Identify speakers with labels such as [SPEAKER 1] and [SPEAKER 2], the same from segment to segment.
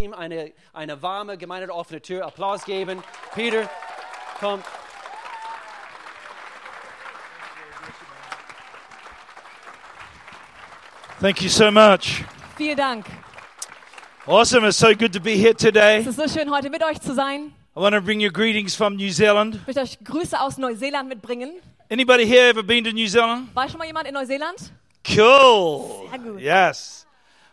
[SPEAKER 1] ihm eine, eine warme, gemeine offene Tür. Applaus geben. Peter, komm.
[SPEAKER 2] Thank you so much.
[SPEAKER 3] Vielen Dank.
[SPEAKER 2] Awesome. It's so good to be here today.
[SPEAKER 3] Es ist so schön, heute mit euch zu sein.
[SPEAKER 2] I want to bring you greetings from New Zealand.
[SPEAKER 3] Ich möchte euch Grüße aus Neuseeland mitbringen.
[SPEAKER 2] Anybody here ever been to New Zealand?
[SPEAKER 3] War schon mal jemand in Neuseeland?
[SPEAKER 2] Cool.
[SPEAKER 3] Sehr gut.
[SPEAKER 2] Yes.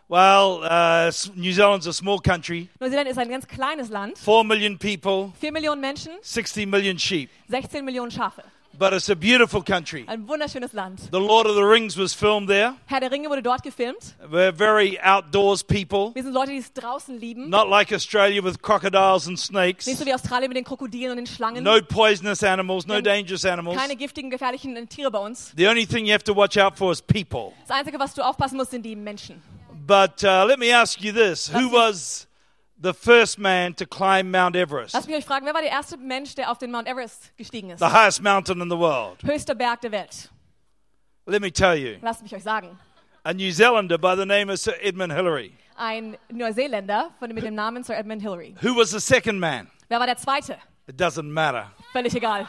[SPEAKER 2] Well, uh, s- New Zealand's a small country,
[SPEAKER 3] Neuseeland ist ein ganz kleines Land.
[SPEAKER 2] 4 million people,
[SPEAKER 3] 4 Millionen Menschen,
[SPEAKER 2] 60 million sheep.
[SPEAKER 3] 16 Millionen Schafe.
[SPEAKER 2] But it's a beautiful country.
[SPEAKER 3] Ein wunderschönes Land.
[SPEAKER 2] The Lord of the Rings was filmed there.
[SPEAKER 3] Herr der Ringe wurde dort gefilmt.
[SPEAKER 2] We're very outdoors people,
[SPEAKER 3] Wir sind Leute, die es draußen lieben.
[SPEAKER 2] not like Australia with crocodiles and snakes.
[SPEAKER 3] Nicht so wie Australien mit den Krokodilen und den Schlangen.
[SPEAKER 2] No poisonous animals, no dangerous animals.
[SPEAKER 3] Keine giftigen, gefährlichen Tiere bei uns.
[SPEAKER 2] The only thing you have to watch out for is people.
[SPEAKER 3] Das Einzige, was du aufpassen musst, sind die Menschen.
[SPEAKER 2] But uh, let me ask you this Who was the first man to climb Mount
[SPEAKER 3] Lass
[SPEAKER 2] Everest,
[SPEAKER 3] mich euch fragen, wer war der erste Mensch, der auf den Mount Everest gestiegen ist?
[SPEAKER 2] the highest mountain in the world?
[SPEAKER 3] Höchster Berg der Welt.
[SPEAKER 2] Let me tell you,
[SPEAKER 3] Lasst mich euch sagen.
[SPEAKER 2] a New Zealander by the name of Sir Edmund Hillary.
[SPEAKER 3] Ein Neuseeländer von, mit dem Namen Sir Edmund Hillary.
[SPEAKER 2] Who was the second man?
[SPEAKER 3] Wer war der Zweite?
[SPEAKER 2] It doesn't matter.
[SPEAKER 3] Völlig egal.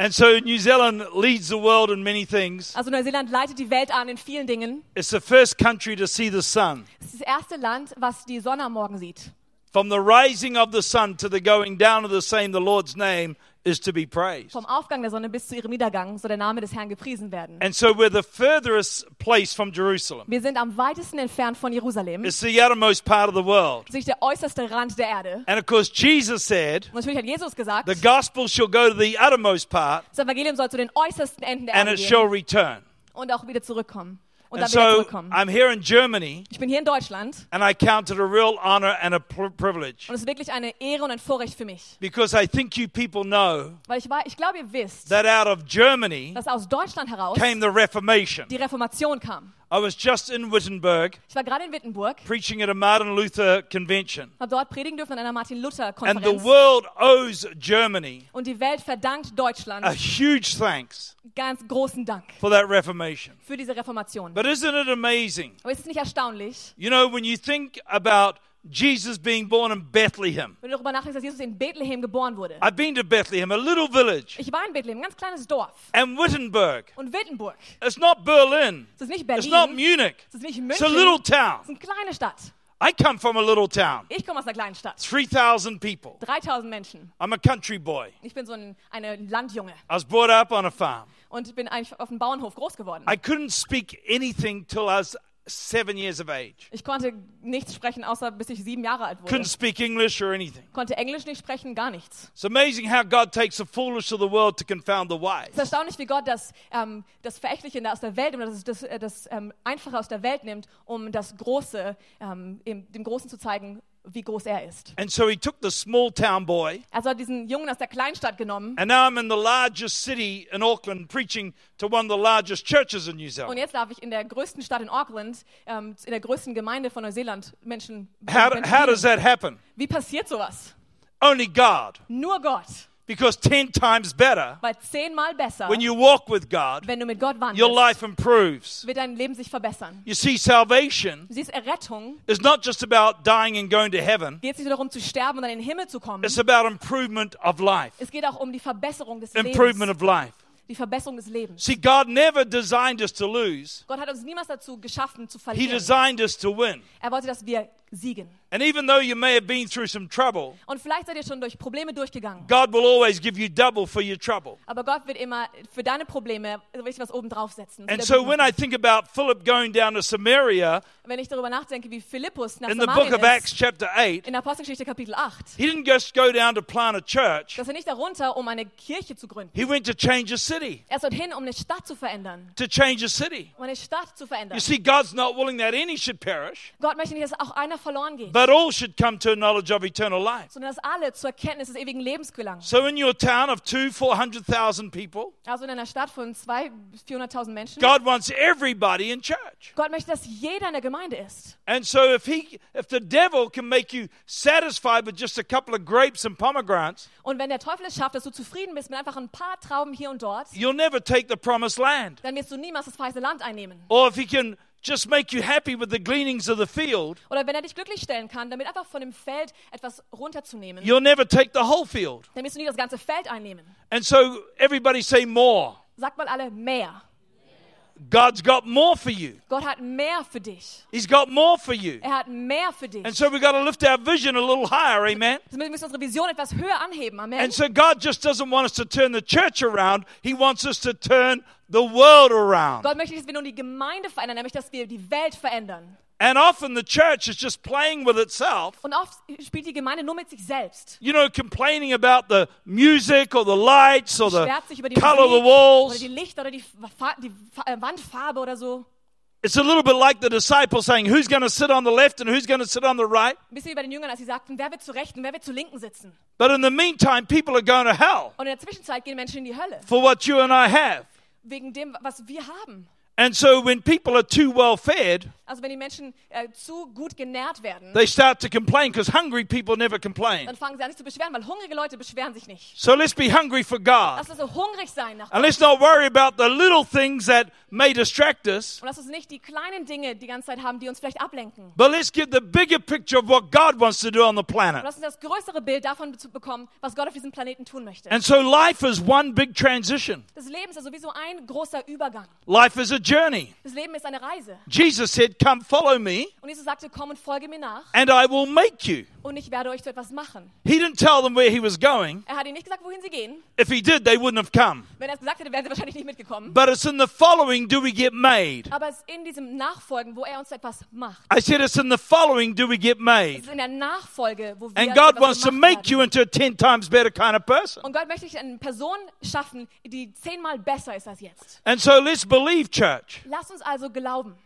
[SPEAKER 2] And so New Zealand leads the world in many things.
[SPEAKER 3] Also Neuseeland leitet die Welt an in vielen Dingen.
[SPEAKER 2] It's the first country to see the sun.
[SPEAKER 3] Es ist das erste Land, was die Sonne am Morgen sieht.
[SPEAKER 2] From the rising of the sun to the going down of the same, the Lord's name is to be praised.
[SPEAKER 3] Vom Aufgang der Sonne bis zu ihrem Niedergang soll der Name des Herrn gepriesen werden.
[SPEAKER 2] And so we're the furthest place from Jerusalem.
[SPEAKER 3] Wir sind am weitesten entfernt von Jerusalem.
[SPEAKER 2] It's the uttermost part of the world.
[SPEAKER 3] Sich der äußerste Rand der Erde.
[SPEAKER 2] And of course, Jesus said,
[SPEAKER 3] Und natürlich hat Jesus gesagt,
[SPEAKER 2] The gospel shall go to the uttermost part
[SPEAKER 3] das Evangelium soll zu den äußersten Enden der
[SPEAKER 2] and
[SPEAKER 3] Erde
[SPEAKER 2] it shall
[SPEAKER 3] gehen
[SPEAKER 2] return.
[SPEAKER 3] und auch wieder zurückkommen. Und
[SPEAKER 2] And
[SPEAKER 3] dann wieder
[SPEAKER 2] so
[SPEAKER 3] zurückkommen.
[SPEAKER 2] I'm here in Germany
[SPEAKER 3] Ich bin hier in Deutschland
[SPEAKER 2] and I count it a real honor and a pr- privilege
[SPEAKER 3] und es ist wirklich eine Ehre und ein Vorrecht für mich.
[SPEAKER 2] because I think you people know
[SPEAKER 3] Weil ich, war, ich glaube, ihr wisst,
[SPEAKER 2] that out of Germany
[SPEAKER 3] dass aus Deutschland heraus
[SPEAKER 2] came the Reformation.
[SPEAKER 3] die Reformation kam.
[SPEAKER 2] I was just in Wittenberg
[SPEAKER 3] Ich war gerade in Wittenburg,
[SPEAKER 2] preaching at a Martin Luther convention.
[SPEAKER 3] habe dort predigen dürfen an einer
[SPEAKER 2] And the
[SPEAKER 3] Martin-Luther-Konferenz.
[SPEAKER 2] world owes Germany
[SPEAKER 3] Und die Welt verdankt
[SPEAKER 2] a
[SPEAKER 3] Deutschland
[SPEAKER 2] huge thanks
[SPEAKER 3] ganz großen Dank
[SPEAKER 2] for that Reformation.
[SPEAKER 3] für diese Reformation.
[SPEAKER 2] But isn't it amazing?
[SPEAKER 3] Aber ist es nicht erstaunlich,
[SPEAKER 2] You know, when you think about Jesus being born in Bethlehem,
[SPEAKER 3] wenn du darüber nachdenkst, dass Jesus in Bethlehem geboren wurde?
[SPEAKER 2] I've been to Bethlehem, a little village,
[SPEAKER 3] Ich war in Bethlehem, ein ganz kleines Dorf.
[SPEAKER 2] and Wittenberg.
[SPEAKER 3] Und Wittenburg,
[SPEAKER 2] It's not Berlin.
[SPEAKER 3] das ist nicht
[SPEAKER 2] It's not
[SPEAKER 3] Berlin,
[SPEAKER 2] Munich.
[SPEAKER 3] das ist nicht
[SPEAKER 2] It's
[SPEAKER 3] München,
[SPEAKER 2] a little
[SPEAKER 3] das ist
[SPEAKER 2] town.
[SPEAKER 3] eine kleine Stadt.
[SPEAKER 2] I come from a little town,
[SPEAKER 3] Ich komme aus einer kleinen Stadt.
[SPEAKER 2] 3,000 people.
[SPEAKER 3] 3000 Menschen.
[SPEAKER 2] I'm a country boy.
[SPEAKER 3] Ich bin so ein eine Landjunge
[SPEAKER 2] I was brought up on a farm.
[SPEAKER 3] und bin eigentlich auf dem Bauernhof groß geworden.
[SPEAKER 2] I couldn't speak anything till I was seven years of age.
[SPEAKER 3] Ich konnte nichts sprechen, außer bis ich sieben Jahre alt
[SPEAKER 2] Couldn't
[SPEAKER 3] wurde.
[SPEAKER 2] speak English or anything.
[SPEAKER 3] Konnte Englisch nicht sprechen, gar nichts.
[SPEAKER 2] It's amazing how God takes the foolish of the world to confound the wise.
[SPEAKER 3] Es ist erstaunlich, wie Gott das, ähm, das Verächtliche aus der Welt und das, das, äh, das ähm, Einfache aus der Welt nimmt, um das Große, ähm, dem, dem Großen zu zeigen, wie groß er ist.
[SPEAKER 2] And so he took the small town boy,
[SPEAKER 3] Also hat diesen Jungen aus der Kleinstadt genommen
[SPEAKER 2] and now I'm in the largest city in Auckland preaching to one of the largest churches in New
[SPEAKER 3] und
[SPEAKER 2] Zealand.
[SPEAKER 3] jetzt darf ich in der größten Stadt in Auckland, ähm, in der größten Gemeinde von Neuseeland Menschen.
[SPEAKER 2] How,
[SPEAKER 3] Menschen
[SPEAKER 2] how does
[SPEAKER 3] dienen.
[SPEAKER 2] that happen?
[SPEAKER 3] wie passiert sowas?
[SPEAKER 2] Only God.
[SPEAKER 3] Nur Gott,
[SPEAKER 2] Because 10 times better,
[SPEAKER 3] weil zehnmal besser,
[SPEAKER 2] when you walk with God,
[SPEAKER 3] wenn du mit Gott
[SPEAKER 2] your
[SPEAKER 3] wandelst,
[SPEAKER 2] life improves.
[SPEAKER 3] wird dein Leben sich verbessern.
[SPEAKER 2] You see, salvation
[SPEAKER 3] Du siehst, Errettung
[SPEAKER 2] is not just about dying and going to heaven,
[SPEAKER 3] geht es nicht nur darum zu sterben und dann in den Himmel zu kommen.
[SPEAKER 2] it's about improvement of life.
[SPEAKER 3] Es geht auch um die Verbesserung des
[SPEAKER 2] Improvement of
[SPEAKER 3] Lebens.
[SPEAKER 2] life.
[SPEAKER 3] Die Verbesserung des Lebens.
[SPEAKER 2] See, God never designed us to lose,
[SPEAKER 3] Gott hat uns niemals dazu geschaffen, zu
[SPEAKER 2] He
[SPEAKER 3] verlieren.
[SPEAKER 2] designed us to win.
[SPEAKER 3] Er wollte, dass wir siegen.
[SPEAKER 2] And even though you may have been through some trouble,
[SPEAKER 3] Und vielleicht seid ihr schon durch Probleme durchgegangen.
[SPEAKER 2] God will always give you double for your trouble.
[SPEAKER 3] Aber Gott wird immer für deine Probleme richtig was oben draufsetzen.
[SPEAKER 2] And so when I think about Philip going down to Samaria
[SPEAKER 3] Wenn ich darüber nachdenke, wie Philippus nach
[SPEAKER 2] in the book of
[SPEAKER 3] Samarien
[SPEAKER 2] Acts,
[SPEAKER 3] ist,
[SPEAKER 2] chapter 8,
[SPEAKER 3] in Apostelgeschichte Kapitel 8,
[SPEAKER 2] he didn't just go down to plant a church,
[SPEAKER 3] dass er nicht darunter, um eine Kirche zu gründen.
[SPEAKER 2] he went to change a city.
[SPEAKER 3] Er ist dorthin, um eine Stadt zu verändern.
[SPEAKER 2] To change a city.
[SPEAKER 3] Um eine Stadt zu verändern.
[SPEAKER 2] You see, God's not willing that any should perish,
[SPEAKER 3] Gott möchte nicht, dass auch einer verloren geht,
[SPEAKER 2] but all should come to a knowledge of eternal life.
[SPEAKER 3] sondern dass alle zur Erkenntnis des ewigen Lebens gelangen.
[SPEAKER 2] So in your town of two, 400,000 people,
[SPEAKER 3] Also in einer Stadt von 200.000 bis 400.000 Menschen.
[SPEAKER 2] God wants everybody in church.
[SPEAKER 3] Gott möchte, dass jeder in der Gemeinde ist.
[SPEAKER 2] And so if he if the devil can make you satisfied with just a couple of grapes and pomegranates,
[SPEAKER 3] Und wenn der Teufel es schafft, dass du zufrieden bist mit einfach ein paar Trauben hier und dort,
[SPEAKER 2] you'll never take the promised land.
[SPEAKER 3] dann wirst du niemals das weiße Land einnehmen.
[SPEAKER 2] Or if he can just make you happy with the gleanings of the field,
[SPEAKER 3] Oder wenn er dich glücklich stellen kann, damit einfach von dem Feld etwas runterzunehmen,
[SPEAKER 2] you'll never take the whole field.
[SPEAKER 3] dann wirst du nie das ganze Feld einnehmen.
[SPEAKER 2] And so everybody say more.
[SPEAKER 3] Sagt mal alle mehr.
[SPEAKER 2] God's got more for you.
[SPEAKER 3] Gott hat mehr für dich.
[SPEAKER 2] He's got more for you.
[SPEAKER 3] Er hat mehr für dich.
[SPEAKER 2] And so we've got to lift our vision a little higher, amen?
[SPEAKER 3] Also Wir müssen unsere Vision etwas höher anheben. Amen.
[SPEAKER 2] And so God just doesn't want us to turn the church around. He wants us to turn the world around.
[SPEAKER 3] Gott möchte, dass wir nun die Gemeinde verändern. Er möchte, dass wir die Welt verändern.
[SPEAKER 2] And often the church is just playing with itself,
[SPEAKER 3] Und oft spielt die Gemeinde nur mit sich selbst.
[SPEAKER 2] you know, complaining about the music or the lights or the
[SPEAKER 3] Beschwert sich über die
[SPEAKER 2] Also color of the
[SPEAKER 3] Musik oder
[SPEAKER 2] walls.
[SPEAKER 3] die Lichter oder die, Fa die Fa äh, Wandfarbe oder so.
[SPEAKER 2] It's a little bit like the disciples saying, who's going to sit on the left and who's going to sit on the right?
[SPEAKER 3] Ein bisschen wie bei den Jüngern, als sie sagten, wer wird zur Rechten, wer wird zur Linken sitzen.
[SPEAKER 2] But in the meantime, people are going to hell
[SPEAKER 3] Und in der Zwischenzeit gehen Menschen in die Hölle.
[SPEAKER 2] for what you and I have.
[SPEAKER 3] Wegen dem, was wir haben.
[SPEAKER 2] And so when people are too well fed,
[SPEAKER 3] Also wenn die Menschen äh, zu gut genährt werden,
[SPEAKER 2] they start to complain because hungry people never complain.
[SPEAKER 3] dann fangen sie an, sich zu beschweren, weil hungrige Leute beschweren sich nicht.
[SPEAKER 2] So let's be hungry for God.
[SPEAKER 3] Lass uns so hungrig sein nach
[SPEAKER 2] And let's not worry about the little things that may distract us,
[SPEAKER 3] Und lass uns nicht die kleinen Dinge die ganze Zeit haben, die uns vielleicht ablenken.
[SPEAKER 2] but let's get the bigger picture of what God wants to do on the
[SPEAKER 3] Und
[SPEAKER 2] planet.
[SPEAKER 3] lass uns das größere Bild davon zu bekommen, was Gott auf diesem Planeten tun möchte.
[SPEAKER 2] And so life is one big transition.
[SPEAKER 3] Das Leben ist ja sowieso ein großer Übergang.
[SPEAKER 2] Life is a journey.
[SPEAKER 3] Das Leben ist eine Reise.
[SPEAKER 2] Jesus said, Come follow me,
[SPEAKER 3] Und Jesus sagte, komm und folge mir nach
[SPEAKER 2] and I will make you.
[SPEAKER 3] und ich werde euch zu etwas machen.
[SPEAKER 2] He didn't tell them where he was going.
[SPEAKER 3] Er hat ihnen nicht gesagt, wohin sie gehen.
[SPEAKER 2] If he did, they wouldn't have come.
[SPEAKER 3] Wenn er es gesagt hätte, wären sie wahrscheinlich nicht mitgekommen.
[SPEAKER 2] But it's in the following do we get made.
[SPEAKER 3] Aber es ist in diesem Nachfolgen, wo er uns etwas macht.
[SPEAKER 2] I said, It's in the following do we get
[SPEAKER 3] Es
[SPEAKER 2] made.
[SPEAKER 3] ist in der Nachfolge, wo wir
[SPEAKER 2] And
[SPEAKER 3] zu
[SPEAKER 2] God
[SPEAKER 3] etwas
[SPEAKER 2] wants to
[SPEAKER 3] gemacht
[SPEAKER 2] make
[SPEAKER 3] werden.
[SPEAKER 2] you into a 10 times better kind of person.
[SPEAKER 3] Und Gott möchte dich eine Person schaffen, die zehnmal besser ist als jetzt.
[SPEAKER 2] And so let's believe, church,
[SPEAKER 3] Lass uns also glauben,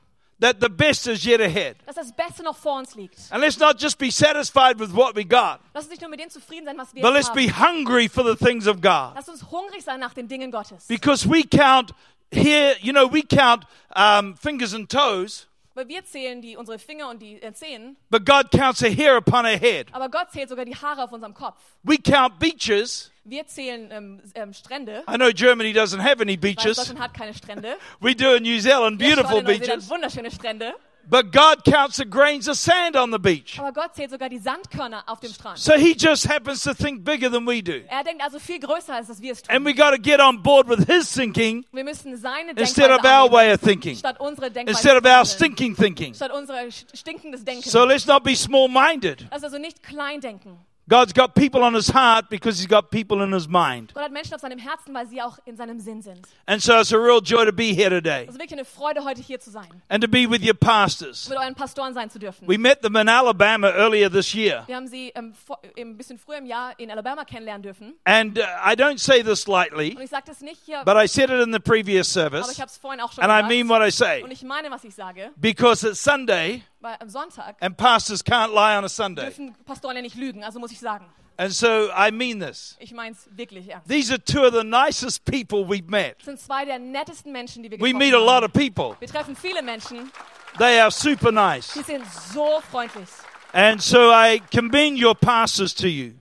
[SPEAKER 2] that the best is yet ahead.
[SPEAKER 3] dass das Beste noch vor uns liegt.
[SPEAKER 2] And let's not just be satisfied with what we got,
[SPEAKER 3] Lass uns nicht nur mit dem zufrieden sein, was wir
[SPEAKER 2] but
[SPEAKER 3] jetzt
[SPEAKER 2] let's be
[SPEAKER 3] haben.
[SPEAKER 2] hungry for the things of God.
[SPEAKER 3] Lass uns hungrig sein nach den Dingen Gottes.
[SPEAKER 2] Because we count here, you know, we count um, fingers and toes,
[SPEAKER 3] Weil wir zählen die, unsere Finger und die äh, Zehen,
[SPEAKER 2] but God counts a hair upon a head.
[SPEAKER 3] aber Gott zählt sogar die Haare auf unserem Kopf.
[SPEAKER 2] We count beaches.
[SPEAKER 3] Wir zählen ähm, s- ähm, Strände,
[SPEAKER 2] I know Germany doesn't have any
[SPEAKER 3] weil
[SPEAKER 2] beaches.
[SPEAKER 3] Deutschland hat keine Strände.
[SPEAKER 2] We do in New Zealand, beautiful
[SPEAKER 3] Deutschland in Neuseeland
[SPEAKER 2] beaches.
[SPEAKER 3] wunderschöne Strände.
[SPEAKER 2] But God counts the grains of sand on the beach.
[SPEAKER 3] Aber Gott zählt sogar die Sandkörner auf dem Strand.
[SPEAKER 2] So he just happens to think bigger than we do.
[SPEAKER 3] Er denkt also viel größer, als dass wir es
[SPEAKER 2] And
[SPEAKER 3] tun.
[SPEAKER 2] we got to get on board with his thinking
[SPEAKER 3] Wir müssen seine
[SPEAKER 2] instead
[SPEAKER 3] Denkweise
[SPEAKER 2] of our
[SPEAKER 3] annehmen,
[SPEAKER 2] way of thinking,
[SPEAKER 3] statt unsere Denkweise
[SPEAKER 2] instead of
[SPEAKER 3] zu
[SPEAKER 2] our
[SPEAKER 3] wandeln,
[SPEAKER 2] stinking thinking.
[SPEAKER 3] statt unser st- stinkendes Denken.
[SPEAKER 2] So let's not be small minded.
[SPEAKER 3] Lass also nicht klein denken.
[SPEAKER 2] God's got people on his heart because he's got people in his mind.
[SPEAKER 3] Gott hat Menschen auf seinem Herzen, weil sie auch in seinem Sinn sind.
[SPEAKER 2] And so it's a real joy to be here today
[SPEAKER 3] Es ist wirklich eine Freude, heute hier zu sein,
[SPEAKER 2] and to be with your pastors.
[SPEAKER 3] mit euren Pastoren sein zu dürfen.
[SPEAKER 2] We met them in Alabama earlier this year.
[SPEAKER 3] Wir haben sie ähm, vor, ähm, ein bisschen früher im Jahr in Alabama kennenlernen dürfen.
[SPEAKER 2] And uh, I don't say this lightly,
[SPEAKER 3] Und ich sage das nicht hier,
[SPEAKER 2] but I said it in the previous
[SPEAKER 3] aber ich
[SPEAKER 2] service.
[SPEAKER 3] habe es vorhin auch schon
[SPEAKER 2] And I
[SPEAKER 3] gesagt.
[SPEAKER 2] mean what I say
[SPEAKER 3] und ich meine, was ich sage,
[SPEAKER 2] because it's Sunday
[SPEAKER 3] weil am Sonntag
[SPEAKER 2] and pastors can't lie on a Sunday.
[SPEAKER 3] dürfen Pastoren ja nicht lügen, also muss ich sagen.
[SPEAKER 2] And so I mean this.
[SPEAKER 3] Ich meine es wirklich ernst.
[SPEAKER 2] These are two of the nicest people we've met.
[SPEAKER 3] Das sind zwei der nettesten Menschen, die wir
[SPEAKER 2] We
[SPEAKER 3] getroffen
[SPEAKER 2] meet a lot
[SPEAKER 3] haben.
[SPEAKER 2] of people,
[SPEAKER 3] Wir treffen viele Menschen,
[SPEAKER 2] they are super nice.
[SPEAKER 3] die sind so freundlich.
[SPEAKER 2] And so I commend your pastors to you.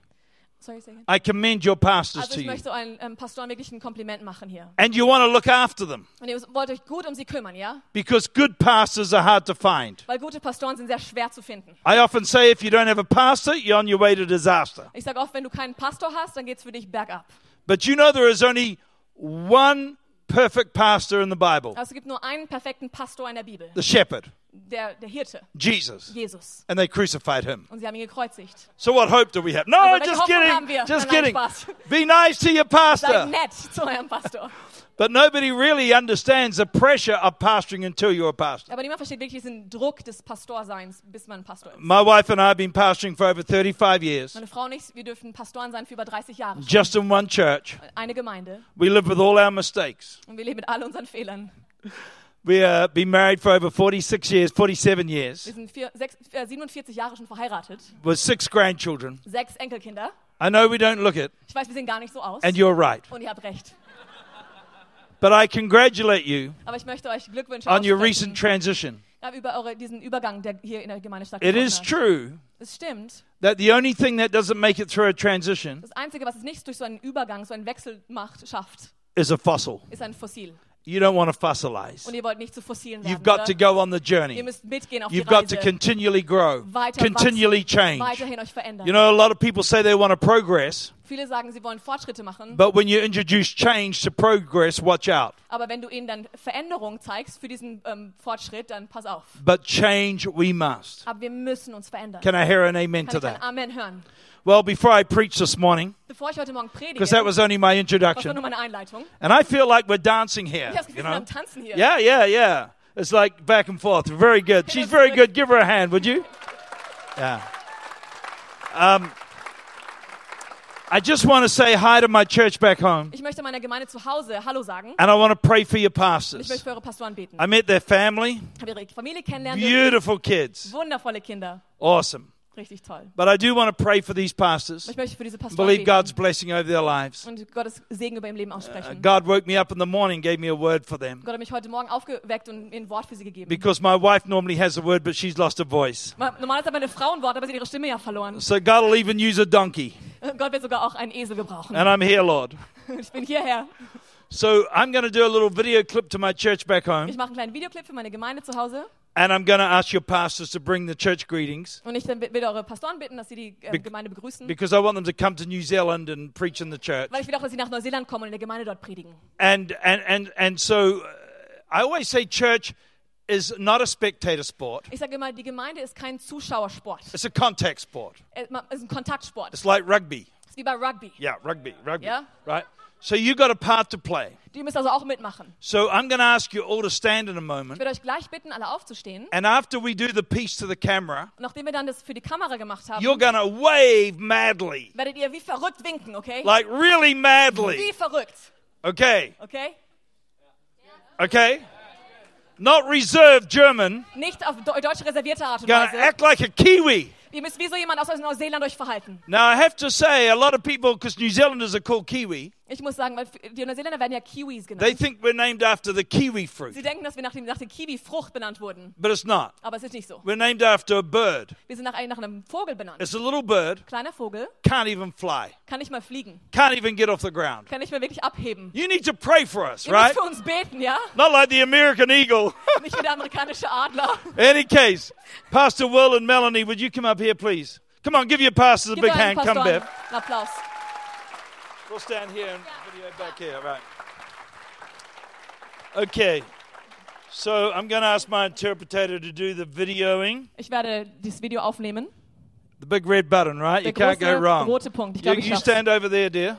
[SPEAKER 3] Sorry, say again.
[SPEAKER 2] I commend your pastors
[SPEAKER 3] also
[SPEAKER 2] to
[SPEAKER 3] ich
[SPEAKER 2] you.
[SPEAKER 3] möchte euren ähm, Pastoren wirklich ein Kompliment machen hier.
[SPEAKER 2] And you want to look after them
[SPEAKER 3] Und ihr wollt euch gut um sie kümmern, ja?
[SPEAKER 2] because good pastors are hard to find.
[SPEAKER 3] Weil gute Pastoren sind sehr schwer zu finden.
[SPEAKER 2] I often say if you don't have a pastor, you're on your way to disaster.
[SPEAKER 3] Ich sage oft, wenn du keinen Pastor hast, dann geht's für dich bergab.
[SPEAKER 2] But you know there is only one perfect pastor in the Bible
[SPEAKER 3] Also es gibt nur einen perfekten Pastor in der Bibel,
[SPEAKER 2] the shepherd,
[SPEAKER 3] der, der Hirte,
[SPEAKER 2] Jesus.
[SPEAKER 3] Jesus.
[SPEAKER 2] And they crucified him.
[SPEAKER 3] Und sie haben ihn gekreuzigt.
[SPEAKER 2] So what hope do we have? No,
[SPEAKER 3] Also welche
[SPEAKER 2] just
[SPEAKER 3] Hoffnung haben
[SPEAKER 2] kidding.
[SPEAKER 3] wir?
[SPEAKER 2] Just
[SPEAKER 3] Nein,
[SPEAKER 2] kidding.
[SPEAKER 3] Spaß.
[SPEAKER 2] Be nice to your
[SPEAKER 3] Seid
[SPEAKER 2] pastor.
[SPEAKER 3] nett zu eurem Pastor.
[SPEAKER 2] But nobody really understands the pressure of pastoring until you're a pastor.
[SPEAKER 3] Aber niemand versteht wirklich diesen Druck des Pastorseins, bis man Pastor ist.
[SPEAKER 2] My wife and I have been pastoring for over 35 years,
[SPEAKER 3] Meine Frau und ich, wir dürfen Pastoren sein für über 30 Jahre.
[SPEAKER 2] just in one church.
[SPEAKER 3] Eine Gemeinde.
[SPEAKER 2] We live with all our mistakes.
[SPEAKER 3] Und wir leben mit all unseren Fehlern.
[SPEAKER 2] We have uh, been married for over 46 years, 47
[SPEAKER 3] Wir
[SPEAKER 2] years,
[SPEAKER 3] sind vier, sechs, äh, 47 Jahre schon verheiratet.
[SPEAKER 2] with six grandchildren.
[SPEAKER 3] Sechs Enkelkinder.
[SPEAKER 2] I know we don't look it,
[SPEAKER 3] Ich weiß, wir sehen gar nicht so aus.
[SPEAKER 2] and you're right.
[SPEAKER 3] Und ihr habt recht.
[SPEAKER 2] But I congratulate you
[SPEAKER 3] Aber ich möchte euch Glückwünsche
[SPEAKER 2] on your
[SPEAKER 3] aussprechen.
[SPEAKER 2] recent transition.
[SPEAKER 3] Ja, über eure, diesen Übergang, der hier in der Gemeinde
[SPEAKER 2] It
[SPEAKER 3] stattgefunden
[SPEAKER 2] is
[SPEAKER 3] hat.
[SPEAKER 2] true
[SPEAKER 3] Es stimmt.
[SPEAKER 2] that the only thing that doesn't make it through a transition
[SPEAKER 3] Das Einzige, was es nicht durch so einen Übergang, so einen Wechsel macht, schafft,
[SPEAKER 2] is a fossil.
[SPEAKER 3] ist ein Fossil.
[SPEAKER 2] You don't want to fossilize.
[SPEAKER 3] Und ihr wollt nicht zu fossilen werden.
[SPEAKER 2] You've got to
[SPEAKER 3] oder?
[SPEAKER 2] go on the
[SPEAKER 3] Ihr
[SPEAKER 2] journey.
[SPEAKER 3] müsst mitgehen auf
[SPEAKER 2] You've
[SPEAKER 3] die
[SPEAKER 2] got to
[SPEAKER 3] Reise.
[SPEAKER 2] continually grow,
[SPEAKER 3] weiter
[SPEAKER 2] continually
[SPEAKER 3] wachsen,
[SPEAKER 2] change.
[SPEAKER 3] weiterhin euch verändern.
[SPEAKER 2] You know, a lot of people say they want to progress,
[SPEAKER 3] Viele sagen, sie wollen Fortschritte machen,
[SPEAKER 2] but when you introduce change to progress, watch out.
[SPEAKER 3] aber wenn du ihnen dann Veränderung zeigst für diesen ähm, Fortschritt, dann pass auf.
[SPEAKER 2] But change we must.
[SPEAKER 3] Aber wir müssen uns verändern.
[SPEAKER 2] Can I hear an amen
[SPEAKER 3] Kann
[SPEAKER 2] to
[SPEAKER 3] ich ein
[SPEAKER 2] that?
[SPEAKER 3] Amen hören?
[SPEAKER 2] Well, before I preach this morning,
[SPEAKER 3] Bevor ich heute Morgen predige,
[SPEAKER 2] because that was only my
[SPEAKER 3] das war nur
[SPEAKER 2] introduction,
[SPEAKER 3] meine Einleitung.
[SPEAKER 2] and I feel like we're dancing here.
[SPEAKER 3] Ich habe das
[SPEAKER 2] You
[SPEAKER 3] Gefühl, wir
[SPEAKER 2] know?
[SPEAKER 3] am Tanzen hier.
[SPEAKER 2] Yeah, yeah, yeah. It's like back and forth. Very good. She's very good. Give her a hand, would you? Yeah. Um, I just want to say hi to my church back home,
[SPEAKER 3] Ich möchte meiner Gemeinde zu Hause Hallo sagen.
[SPEAKER 2] and I want to pray for your
[SPEAKER 3] Ich möchte
[SPEAKER 2] pastors.
[SPEAKER 3] für eure Pastoren beten.
[SPEAKER 2] I met their family.
[SPEAKER 3] Ich habe ihre Familie kennenlernen dürfen.
[SPEAKER 2] Beautiful kids.
[SPEAKER 3] Wundervolle Kinder.
[SPEAKER 2] Awesome.
[SPEAKER 3] Richtig toll.
[SPEAKER 2] But I do want to pray for these pastors.
[SPEAKER 3] Ich möchte für diese Pastoren
[SPEAKER 2] Believe
[SPEAKER 3] beten
[SPEAKER 2] God's blessing over their lives.
[SPEAKER 3] und Gottes Segen über ihr Leben
[SPEAKER 2] Uh,
[SPEAKER 3] aussprechen.
[SPEAKER 2] God woke me up in the morning, gave me a word for them.
[SPEAKER 3] Gott hat mich heute Morgen aufgeweckt und mir ein Wort für sie gegeben.
[SPEAKER 2] Because my wife normally has a word, but she's lost her voice.
[SPEAKER 3] Ma- Normalerweise hat man ein Frauenwort, aber sie hat ihre Stimme ja verloren.
[SPEAKER 2] So God will even use a donkey.
[SPEAKER 3] Gott wird sogar auch einen Esel gebrauchen.
[SPEAKER 2] And I'm here, Lord.
[SPEAKER 3] Ich bin hierher.
[SPEAKER 2] So I'm going to do a little video clip to my church back
[SPEAKER 3] Ich
[SPEAKER 2] home,
[SPEAKER 3] mache einen kleinen Videoclip für meine Gemeinde zu Hause
[SPEAKER 2] and I'm going to ask your pastors to bring the church greetings
[SPEAKER 3] und ich dann will eure Pastoren bitten, dass sie die äh,
[SPEAKER 2] Be-
[SPEAKER 3] Gemeinde begrüßen, weil
[SPEAKER 2] because I want them to come to New Zealand and preach in the church.
[SPEAKER 3] ich will auch, dass sie nach Neuseeland kommen und in der Gemeinde dort predigen.
[SPEAKER 2] And and and and so uh, I always say church is not a spectator sport;
[SPEAKER 3] Ich sage immer, die Gemeinde ist kein Zuschauersport.
[SPEAKER 2] it's a contact sport.
[SPEAKER 3] Es ist ein Kontaktsport. Es
[SPEAKER 2] It's like rugby.
[SPEAKER 3] ist wie bei Rugby.
[SPEAKER 2] Yeah, rugby, rugby.
[SPEAKER 3] Yeah.
[SPEAKER 2] Right. So you got a part to play.
[SPEAKER 3] Die müsst also auch mitmachen.
[SPEAKER 2] So I'm going to ask you all to stand in a
[SPEAKER 3] Ich
[SPEAKER 2] moment,
[SPEAKER 3] werde euch gleich bitten, alle aufzustehen.
[SPEAKER 2] and after we do the piece to the camera,
[SPEAKER 3] Nachdem wir dann das für die Kamera gemacht haben,
[SPEAKER 2] you're going to wave madly,
[SPEAKER 3] werdet ihr wie verrückt winken, okay?
[SPEAKER 2] like really madly.
[SPEAKER 3] Wie verrückt,
[SPEAKER 2] Okay.
[SPEAKER 3] okay?
[SPEAKER 2] Okay? Not reserved German.
[SPEAKER 3] Nicht auf deu- deutsche reservierte Art und
[SPEAKER 2] Gonna
[SPEAKER 3] Weise.
[SPEAKER 2] act like a Kiwi.
[SPEAKER 3] Ihr müsst wie so jemand aus Neuseeland euch verhalten.
[SPEAKER 2] Now, I have to say, a lot of people, because New Zealanders are called Kiwi,
[SPEAKER 3] Ich muss sagen, weil die Neuseeländer werden ja Kiwis
[SPEAKER 2] they
[SPEAKER 3] genannt.
[SPEAKER 2] think we're named after the Kiwi
[SPEAKER 3] Sie
[SPEAKER 2] fruit.
[SPEAKER 3] denken, dass wir nach, dem, nach der Kiwi-Frucht benannt wurden.
[SPEAKER 2] But it's not.
[SPEAKER 3] Aber es ist nicht so.
[SPEAKER 2] We're named after a bird.
[SPEAKER 3] Wir sind nach, einem- nach einem Vogel benannt.
[SPEAKER 2] It's a little bird,
[SPEAKER 3] Kleiner Vogel,
[SPEAKER 2] can't even fly,
[SPEAKER 3] kann nicht mal fliegen,
[SPEAKER 2] can't even get off the ground.
[SPEAKER 3] kann nicht mehr wirklich abheben.
[SPEAKER 2] You need to pray for us,
[SPEAKER 3] Ihr müsst
[SPEAKER 2] right?
[SPEAKER 3] für uns beten, ja?
[SPEAKER 2] Not like the American eagle.
[SPEAKER 3] Nicht wie der amerikanische Adler.
[SPEAKER 2] Any case, Pastor Will and Melanie, would you come up here, please? Come on, give your pastors a
[SPEAKER 3] Gib
[SPEAKER 2] big
[SPEAKER 3] euren
[SPEAKER 2] hand. Come,
[SPEAKER 3] Pastoren
[SPEAKER 2] Bev.
[SPEAKER 3] einen Applaus.
[SPEAKER 2] We'll stand here and video back here, right. Okay. So I'm going to ask my interpreter to do the videoing.
[SPEAKER 3] Ich werde dieses Video aufnehmen.
[SPEAKER 2] The big red button, right?
[SPEAKER 3] Der
[SPEAKER 2] You can't go
[SPEAKER 3] große
[SPEAKER 2] wrong.
[SPEAKER 3] rote Punkt. Ich
[SPEAKER 2] You,
[SPEAKER 3] glaube, ich
[SPEAKER 2] you
[SPEAKER 3] schaff's.
[SPEAKER 2] stand over there, dear.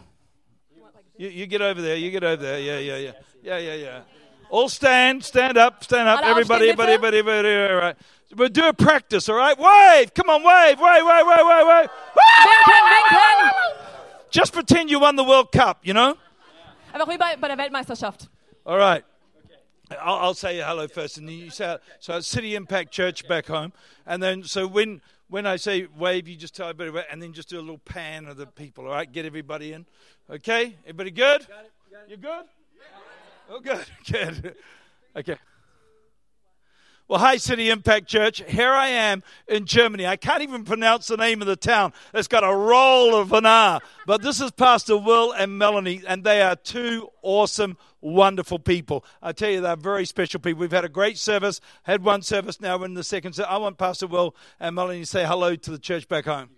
[SPEAKER 2] You, you get over there. You get over there. Yeah, yeah, yeah. Yeah, yeah, yeah. All stand. Stand up. Stand up.
[SPEAKER 3] Alle
[SPEAKER 2] Everybody,
[SPEAKER 3] aufstehen, bitte.
[SPEAKER 2] everybody, everybody, everybody. All right. We'll do a practice, all right? Wave. Come on, wave. Wave, wave, wave, wave, wave.
[SPEAKER 3] Winken, winken!
[SPEAKER 2] Just pretend you won the World Cup, you know?
[SPEAKER 3] Einfach wie bei, bei der Weltmeisterschaft.
[SPEAKER 2] All right. I'll, I'll say hello first, and then you say so. It's City Impact Church back home, and then so when when I say wave, you just tell everybody, wave, and then just do a little pan of the people. All right, get everybody in. Okay, everybody good? You good? Oh, good, good. Okay. Well, hi, City Impact Church. Here I am in Germany. I can't even pronounce the name of the town. It's got a roll of an R. But this is Pastor Will and Melanie, and they are two awesome, wonderful people. I tell you, they're very special people. We've had a great service, had one service, now we're in the second. So I want Pastor Will and Melanie to say hello to the church back home.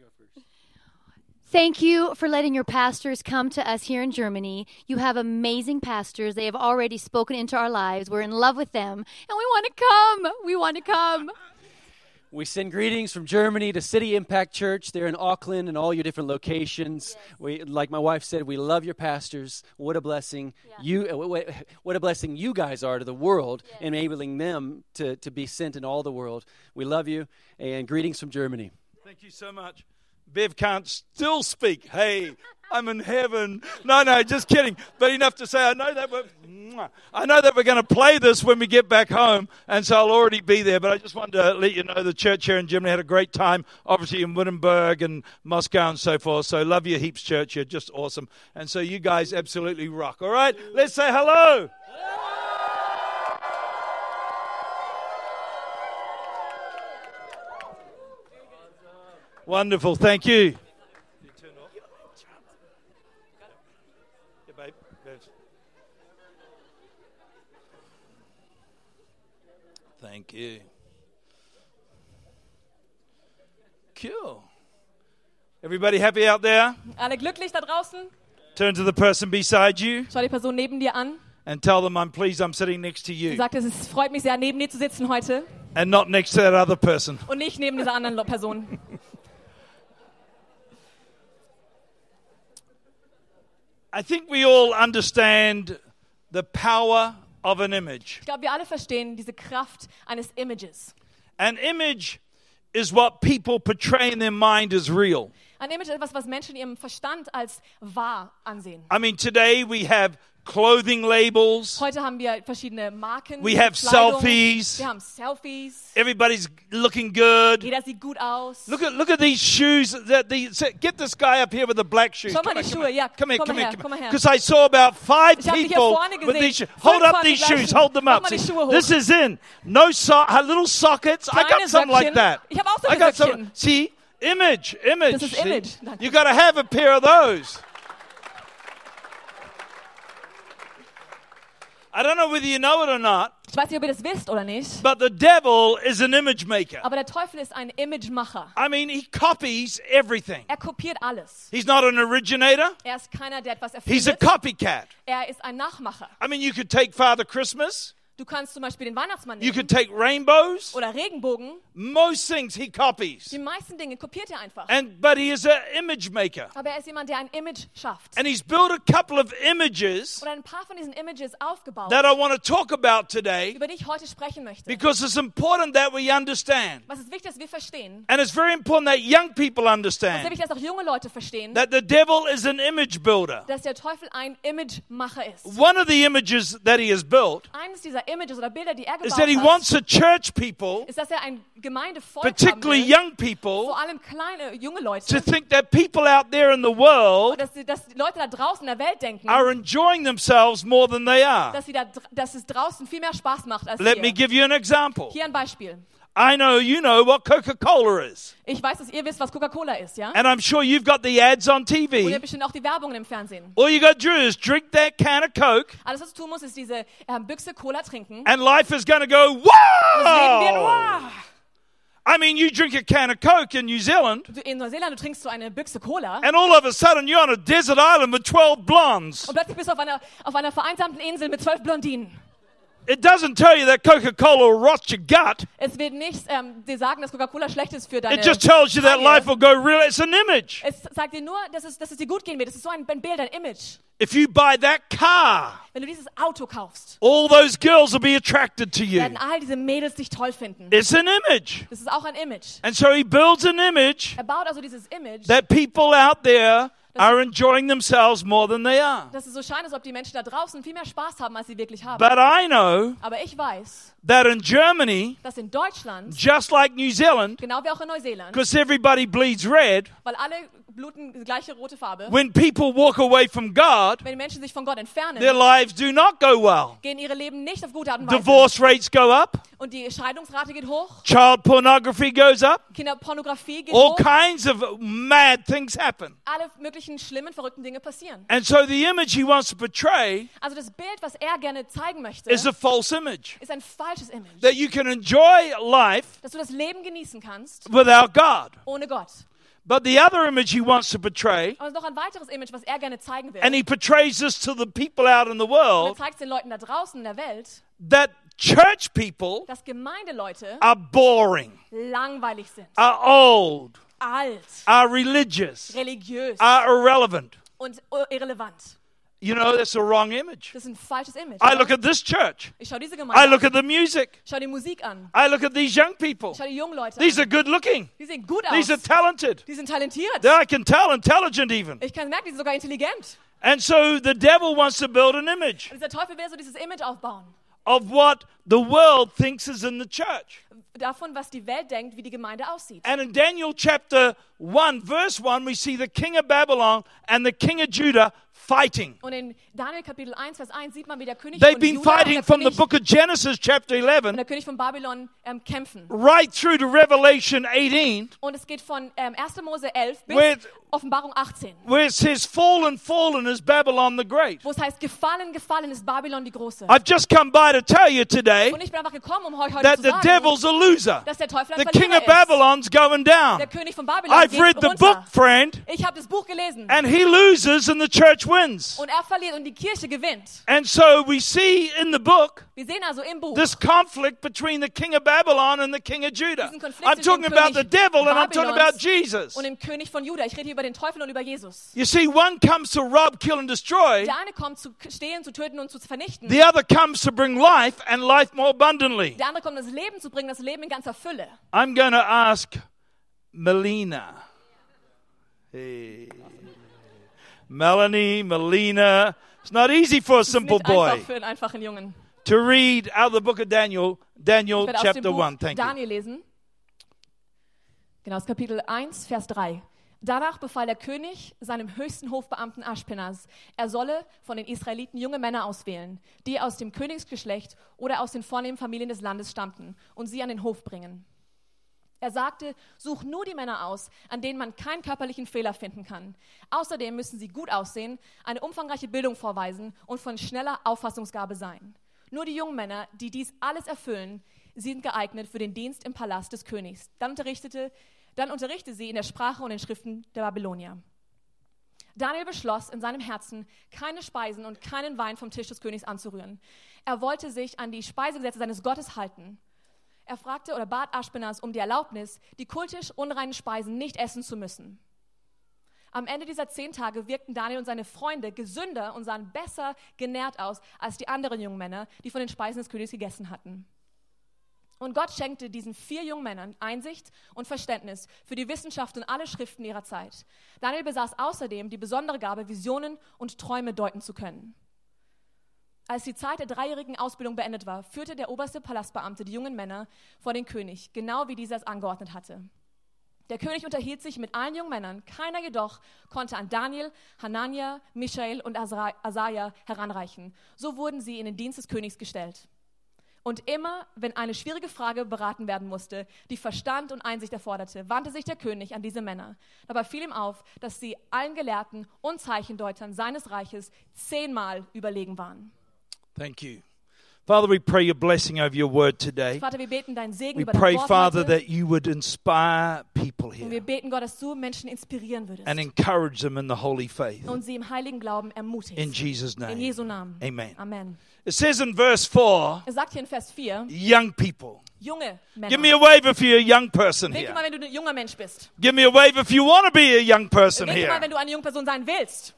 [SPEAKER 4] Thank you for letting your pastors come to us here in Germany. You have amazing pastors. They have already spoken into our lives. We're in love with them, and we want to come. We want to come.
[SPEAKER 1] We send greetings from Germany to City Impact Church. They're in Auckland and all your different locations. We, like my wife said, we love your pastors. What a blessing you, uh, what, what a blessing you guys are to the world, enabling them to, to be sent in all the world. We love you and greetings from Germany.
[SPEAKER 2] Thank you so much. Bev can't still speak. Hey, I'm in heaven. No, no, just kidding. But enough to say, I know that we're, Mwah. I know that we're going to play this when we get back home, and so I'll already be there. But I just wanted to let you know the church here in Germany had a great time, obviously in Wittenberg and Moscow and so forth. So love you heaps, church. You're just awesome, and so you guys absolutely rock. All right, let's say hello. Wonderful. Thank you. Yeah, babe. Babes. Thank you. Cool. Everybody happy out there?
[SPEAKER 3] Alle glücklich da draußen?
[SPEAKER 2] Turn to the person beside you
[SPEAKER 3] Schau die Person neben dir an.
[SPEAKER 2] and tell them, I'm pleased I'm sitting next to you
[SPEAKER 3] Sag, es ist- freut mich sehr, neben dir zu sitzen heute
[SPEAKER 2] and not next to that other person.
[SPEAKER 3] und nicht neben dieser anderen Lo- Person.
[SPEAKER 2] I think we all understand the power of an image.
[SPEAKER 3] Ich glaube, wir alle verstehen diese Kraft eines Images.
[SPEAKER 2] An image is what people portray in their mind as real.
[SPEAKER 3] Ein Image ist etwas, was Menschen in ihrem Verstand als wahr ansehen.
[SPEAKER 2] I mean, today we have clothing labels,
[SPEAKER 3] Heute haben wir verschiedene Marken.
[SPEAKER 2] We have
[SPEAKER 3] Kleidung.
[SPEAKER 2] selfies.
[SPEAKER 3] Wir haben Selfies.
[SPEAKER 2] everybody's looking good.
[SPEAKER 3] Jeder sieht gut aus.
[SPEAKER 2] Look at look at these shoes. That the, get this guy up here with the black shoes.
[SPEAKER 3] Schau mal die Schuhe, ja,
[SPEAKER 2] Come here,
[SPEAKER 3] komm
[SPEAKER 2] come
[SPEAKER 3] mal
[SPEAKER 2] here,
[SPEAKER 3] her,
[SPEAKER 2] come
[SPEAKER 3] komm mal
[SPEAKER 2] here.
[SPEAKER 3] her.
[SPEAKER 2] Because I saw about five
[SPEAKER 3] Ich hab dich hier
[SPEAKER 2] people
[SPEAKER 3] vorne
[SPEAKER 2] with these shoes.
[SPEAKER 3] gesehen.
[SPEAKER 2] Hold
[SPEAKER 3] Fünf
[SPEAKER 2] up
[SPEAKER 3] waren die
[SPEAKER 2] these shoes.
[SPEAKER 3] gleichen.
[SPEAKER 2] Hold them
[SPEAKER 3] Mach
[SPEAKER 2] up.
[SPEAKER 3] mal die
[SPEAKER 2] See,
[SPEAKER 3] Schuhe hoch.
[SPEAKER 2] this is in no sock, little sockets. I got
[SPEAKER 3] Kleine
[SPEAKER 2] something like
[SPEAKER 3] Söckchen.
[SPEAKER 2] that.
[SPEAKER 3] Ich hab auch so
[SPEAKER 2] I
[SPEAKER 3] eine
[SPEAKER 2] got
[SPEAKER 3] Söckchen.
[SPEAKER 2] some. See, image, image.
[SPEAKER 3] Das ist
[SPEAKER 2] see?
[SPEAKER 3] Image. Danke.
[SPEAKER 2] You got to have a pair of those. I don't know whether you know it or not,
[SPEAKER 3] Ich weiß nicht, ob ihr das wisst oder nicht,
[SPEAKER 2] but the devil is an image maker.
[SPEAKER 3] aber der Teufel ist ein Imagemacher.
[SPEAKER 2] I mean, he copies everything.
[SPEAKER 3] Er kopiert alles.
[SPEAKER 2] He's not an originator.
[SPEAKER 3] Er ist keiner, der etwas
[SPEAKER 2] He's a
[SPEAKER 3] erfindet.
[SPEAKER 2] copycat.
[SPEAKER 3] Er ist ein Nachmacher.
[SPEAKER 2] I mean, you could take Father Christmas.
[SPEAKER 3] Du kannst zum Beispiel den Weihnachtsmann
[SPEAKER 2] You
[SPEAKER 3] nehmen
[SPEAKER 2] could take rainbows.
[SPEAKER 3] oder Regenbogen.
[SPEAKER 2] Most things he copies.
[SPEAKER 3] Die meisten Dinge kopiert er einfach.
[SPEAKER 2] And but he is an image maker.
[SPEAKER 3] Aber er ist jemand, der ein Image schafft.
[SPEAKER 2] And he's built a couple of images
[SPEAKER 3] Und ein paar von diesen Images aufgebaut,
[SPEAKER 2] that I want to talk about today
[SPEAKER 3] über die ich heute sprechen möchte.
[SPEAKER 2] because it's important that we understand.
[SPEAKER 3] Was ist wichtig, dass wir verstehen?
[SPEAKER 2] And it's very important that young people
[SPEAKER 3] Es ist
[SPEAKER 2] understand
[SPEAKER 3] wichtig, dass auch junge Leute verstehen,
[SPEAKER 2] that the devil is an image builder.
[SPEAKER 3] dass der Teufel ein Imagemacher ist.
[SPEAKER 2] One of the images that he has built
[SPEAKER 3] Eines dieser Images oder Bilder, die er
[SPEAKER 2] is
[SPEAKER 3] gebaut
[SPEAKER 2] that he
[SPEAKER 3] hat,
[SPEAKER 2] wants a church people,
[SPEAKER 3] ist, dass er ein Gemeindevolk haben
[SPEAKER 2] particularly
[SPEAKER 3] will,
[SPEAKER 2] young people,
[SPEAKER 3] vor allem kleine, junge
[SPEAKER 2] to
[SPEAKER 3] Leute,
[SPEAKER 2] think that people out there in the world
[SPEAKER 3] dass, die- dass die Leute da draußen in der Welt denken,
[SPEAKER 2] are enjoying themselves more than they are.
[SPEAKER 3] dass, sie da, dr- dass es draußen viel mehr Spaß macht als
[SPEAKER 2] Let me
[SPEAKER 3] hier.
[SPEAKER 2] give you an example.
[SPEAKER 3] Hier ein Beispiel.
[SPEAKER 2] I know you know what Coca Cola is,
[SPEAKER 3] Ich weiß, dass ihr wisst, was Coca-Cola ist, ja?
[SPEAKER 2] and I'm sure you've got the ads on
[SPEAKER 3] Und ihr habt
[SPEAKER 2] TV.
[SPEAKER 3] bestimmt auch die Werbungen im Fernsehen.
[SPEAKER 2] All you got to do is drink that can of Coke,
[SPEAKER 3] Alles, was du tun musst, ist diese ähm, Büchse Cola trinken.
[SPEAKER 2] and life is going to go,
[SPEAKER 3] Sehen wir,
[SPEAKER 2] wow!
[SPEAKER 3] wow!
[SPEAKER 2] I mean, you drink a can of Coke in New Zealand,
[SPEAKER 3] Du- In Neuseeland, du trinkst so eine Büchse Cola
[SPEAKER 2] and all of a sudden you're on a desert island with 12 blondes.
[SPEAKER 3] und plötzlich bist du auf einer, auf einer vereinsamten Insel mit zwölf Blondinen.
[SPEAKER 2] It doesn't tell you that Coca Cola will rot your gut,
[SPEAKER 3] Es wird nicht ähm, dir sagen, dass Coca-Cola schlecht ist für deine
[SPEAKER 2] it just tells you that
[SPEAKER 3] Taille.
[SPEAKER 2] life will go real. It's an image.
[SPEAKER 3] Es sagt dir nur, dass es, dass es dir gut gehen wird. Es ist so ein, ein Bild, ein Image.
[SPEAKER 2] If you buy that car,
[SPEAKER 3] Wenn du dieses Auto kaufst,
[SPEAKER 2] all those girls will be attracted to you.
[SPEAKER 3] werden all diese Mädels dich toll finden.
[SPEAKER 2] It's an image.
[SPEAKER 3] Das ist auch ein Image.
[SPEAKER 2] And so he builds an image
[SPEAKER 3] Er baut also dieses Image,
[SPEAKER 2] that people out there are enjoying themselves more than they are.
[SPEAKER 3] dass es so scheint, als ob die Menschen da draußen viel mehr Spaß haben, als sie wirklich haben.
[SPEAKER 2] But I know
[SPEAKER 3] Aber ich weiß,
[SPEAKER 2] that in Germany,
[SPEAKER 3] dass in Deutschland,
[SPEAKER 2] just like New Zealand,
[SPEAKER 3] genau wie auch in Neuseeland,
[SPEAKER 2] because everybody bleeds red,
[SPEAKER 3] weil alle bluten die gleiche rote Farbe,
[SPEAKER 2] when people walk away from God,
[SPEAKER 3] wenn die Menschen sich von Gott
[SPEAKER 2] their
[SPEAKER 3] entfernen,
[SPEAKER 2] lives do not go well.
[SPEAKER 3] gehen ihre Leben nicht auf gute Art und Weise.
[SPEAKER 2] Divorce rates go up,
[SPEAKER 3] Und die Scheidungsrate geht hoch,
[SPEAKER 2] child pornography goes up,
[SPEAKER 3] Kinderpornografie geht
[SPEAKER 2] all
[SPEAKER 3] hoch,
[SPEAKER 2] kinds of mad things happen.
[SPEAKER 3] alle möglichen schlimmen, verrückten Dinge passieren.
[SPEAKER 2] And so the image he wants to portray
[SPEAKER 3] Also das Bild, was er gerne zeigen möchte,
[SPEAKER 2] is a false image.
[SPEAKER 3] ist ein falsches Image.
[SPEAKER 2] That you can enjoy life
[SPEAKER 3] Dass du das Leben genießen kannst,
[SPEAKER 2] without God.
[SPEAKER 3] ohne Gott.
[SPEAKER 2] But the other image he wants to portray,
[SPEAKER 3] Aber es ist noch ein weiteres Image, was er gerne zeigen will.
[SPEAKER 2] and he portrays this to the people out in the
[SPEAKER 3] Und er
[SPEAKER 2] world,
[SPEAKER 3] zeigt den Leuten da draußen in der Welt,
[SPEAKER 2] that church people
[SPEAKER 3] dass Gemeindeleute
[SPEAKER 2] are boring,
[SPEAKER 3] langweilig sind,
[SPEAKER 2] are old,
[SPEAKER 3] alt,
[SPEAKER 2] are religious,
[SPEAKER 3] religiös
[SPEAKER 2] are irrelevant.
[SPEAKER 3] und ir- irrelevant.
[SPEAKER 2] You know, that's a wrong image.
[SPEAKER 3] Das ist ein falsches Image.
[SPEAKER 2] I
[SPEAKER 3] oder?
[SPEAKER 2] look at this church.
[SPEAKER 3] ich schaue diese
[SPEAKER 2] I
[SPEAKER 3] Gemeinde
[SPEAKER 2] look
[SPEAKER 3] an,
[SPEAKER 2] at the music.
[SPEAKER 3] schau die Musik an,
[SPEAKER 2] I look at these young people.
[SPEAKER 3] ich schau die jungen Leute
[SPEAKER 2] These are
[SPEAKER 3] an.
[SPEAKER 2] good looking.
[SPEAKER 3] Die sehen gut aus,
[SPEAKER 2] These are talented.
[SPEAKER 3] die sind talentiert.
[SPEAKER 2] They- I can tell, intelligent even.
[SPEAKER 3] Ich kann merken, die sind sogar intelligent.
[SPEAKER 2] And so the devil wants to build an image
[SPEAKER 3] Und dieser Teufel will so dieses Image aufbauen.
[SPEAKER 2] of what the world thinks is in the church.
[SPEAKER 3] Davon, was die Welt denkt, wie die Gemeinde aussieht.
[SPEAKER 2] And in Daniel chapter 1, verse 1, we see the king of Babylon and the king of Judah fighting.
[SPEAKER 3] Und in Daniel Kapitel 1, Vers 1 sieht man, wie der König
[SPEAKER 2] They've
[SPEAKER 3] von
[SPEAKER 2] been
[SPEAKER 3] Juda und
[SPEAKER 2] fighting
[SPEAKER 3] der
[SPEAKER 2] from the
[SPEAKER 3] König, und
[SPEAKER 2] book of Genesis, chapter 11,
[SPEAKER 3] der König von Babylon ähm, kämpfen.
[SPEAKER 2] right through to Revelation 18,
[SPEAKER 3] Und es geht von ähm, 1. Mose 11 bis
[SPEAKER 2] With-
[SPEAKER 3] Offenbarung 18,
[SPEAKER 2] where it says, Fallen, fallen is Babylon the Great.
[SPEAKER 3] wo es heißt, gefallen, gefallen ist Babylon die Große.
[SPEAKER 2] I've just come by to tell you today
[SPEAKER 3] Und ich bin einfach gekommen, um euch heute
[SPEAKER 2] that
[SPEAKER 3] zu
[SPEAKER 2] the
[SPEAKER 3] sagen,
[SPEAKER 2] devil's a loser.
[SPEAKER 3] dass der Teufel ein
[SPEAKER 2] The king
[SPEAKER 3] Verlierer
[SPEAKER 2] of
[SPEAKER 3] ist.
[SPEAKER 2] Babylon's going down.
[SPEAKER 3] Der König von Babylon
[SPEAKER 2] I've
[SPEAKER 3] geht
[SPEAKER 2] read the
[SPEAKER 3] runter.
[SPEAKER 2] book, friend,
[SPEAKER 3] Ich habe das Buch gelesen.
[SPEAKER 2] and he loses and the church wins.
[SPEAKER 3] Und er verliert und die Kirche gewinnt.
[SPEAKER 2] And so we see in the book
[SPEAKER 3] Wir sehen also im Buch
[SPEAKER 2] this conflict between the king of Babylon and the king of Judah.
[SPEAKER 3] diesen Konflikt
[SPEAKER 2] I'm
[SPEAKER 3] zwischen
[SPEAKER 2] talking
[SPEAKER 3] dem
[SPEAKER 2] about the
[SPEAKER 3] König
[SPEAKER 2] devil and I'm talking about
[SPEAKER 3] Babylons
[SPEAKER 2] Jesus.
[SPEAKER 3] und dem König von Juda. Ich rede hier über den Teufel und über Jesus.
[SPEAKER 2] You see, one comes to rob, kill, and destroy.
[SPEAKER 3] Der eine kommt zu k- stehen, zu töten und zu vernichten.
[SPEAKER 2] The other comes to bring life and life more abundantly.
[SPEAKER 3] Der andere kommt, das Leben zu bringen, das Leben in ganzer Fülle.
[SPEAKER 2] I'm going to ask Melina. Hey. Melanie, Melina. It's not easy for a simple
[SPEAKER 3] Nicht einfach
[SPEAKER 2] boy
[SPEAKER 3] für einen einfachen Jungen.
[SPEAKER 2] to read out of the book of Daniel, Daniel
[SPEAKER 3] Ich werde aus dem
[SPEAKER 2] chapter
[SPEAKER 3] Buch
[SPEAKER 2] 1. Thank you.
[SPEAKER 3] Daniel lesen. Genau, das Kapitel 1, Vers 3. Danach befahl der König seinem höchsten Hofbeamten Aschpenas, er solle von den Israeliten junge Männer auswählen, die aus dem Königsgeschlecht oder aus den vornehmen Familien des Landes stammten und sie an den Hof bringen. Er sagte, such nur die Männer aus, an denen man keinen körperlichen Fehler finden kann. Außerdem müssen sie gut aussehen, eine umfangreiche Bildung vorweisen und von schneller Auffassungsgabe sein. Nur die jungen Männer, die dies alles erfüllen, sind geeignet für den Dienst im Palast des Königs. Dann unterrichtete, dann unterrichte sie in der Sprache und den Schriften der Babylonier. Daniel beschloss in seinem Herzen, keine Speisen und keinen Wein vom Tisch des Königs anzurühren. Er wollte sich an die Speisegesetze seines Gottes halten. Er fragte oder bat Aschpenas um die Erlaubnis, die kultisch unreinen Speisen nicht essen zu müssen. Am Ende dieser zehn Tage wirkten Daniel und seine Freunde gesünder und sahen besser genährt aus als die anderen jungen Männer, die von den Speisen des Königs gegessen hatten. Und Gott schenkte diesen vier jungen Männern Einsicht und Verständnis für die Wissenschaft und alle Schriften ihrer Zeit. Daniel besaß außerdem die besondere Gabe, Visionen und Träume deuten zu können. Als die Zeit der dreijährigen Ausbildung beendet war, führte der oberste Palastbeamte die jungen Männer vor den König, genau wie dieser es angeordnet hatte. Der König unterhielt sich mit allen jungen Männern, keiner jedoch konnte an Daniel, Hanania, Michael und Asra- Asaja heranreichen. So wurden sie in den Dienst des Königs gestellt. Und immer, wenn eine schwierige Frage beraten werden musste, die Verstand und Einsicht erforderte, wandte sich der König an diese Männer. Dabei fiel ihm auf, dass sie allen Gelehrten und Zeichendeutern seines Reiches zehnmal überlegen waren.
[SPEAKER 2] Thank you. Father, we pray your blessing over your word today.
[SPEAKER 3] Vater, wir beten deinen Segen
[SPEAKER 2] We
[SPEAKER 3] über dein
[SPEAKER 2] pray,
[SPEAKER 3] Wort
[SPEAKER 2] Father,
[SPEAKER 3] heute.
[SPEAKER 2] that you would inspire people
[SPEAKER 3] und wir
[SPEAKER 2] here
[SPEAKER 3] beten, Gott, dass du Menschen inspirieren würdest
[SPEAKER 2] and encourage them in the holy faith.
[SPEAKER 3] und sie im heiligen Glauben ermutigst.
[SPEAKER 2] In Jesus'
[SPEAKER 3] In
[SPEAKER 2] name.
[SPEAKER 3] Jesu Namen.
[SPEAKER 2] Amen.
[SPEAKER 3] Amen.
[SPEAKER 2] It says in verse 4
[SPEAKER 3] Er sagt hier in Vers 4,
[SPEAKER 2] young people.
[SPEAKER 3] junge Männer.
[SPEAKER 2] Give me a wave if you're a young person
[SPEAKER 3] Winke
[SPEAKER 2] here.
[SPEAKER 3] mal, wenn du ein junger Mensch bist.
[SPEAKER 2] Give me a wave if you want to be a young person
[SPEAKER 3] Winke mal,
[SPEAKER 2] here.
[SPEAKER 3] wenn du eine junge Person sein willst.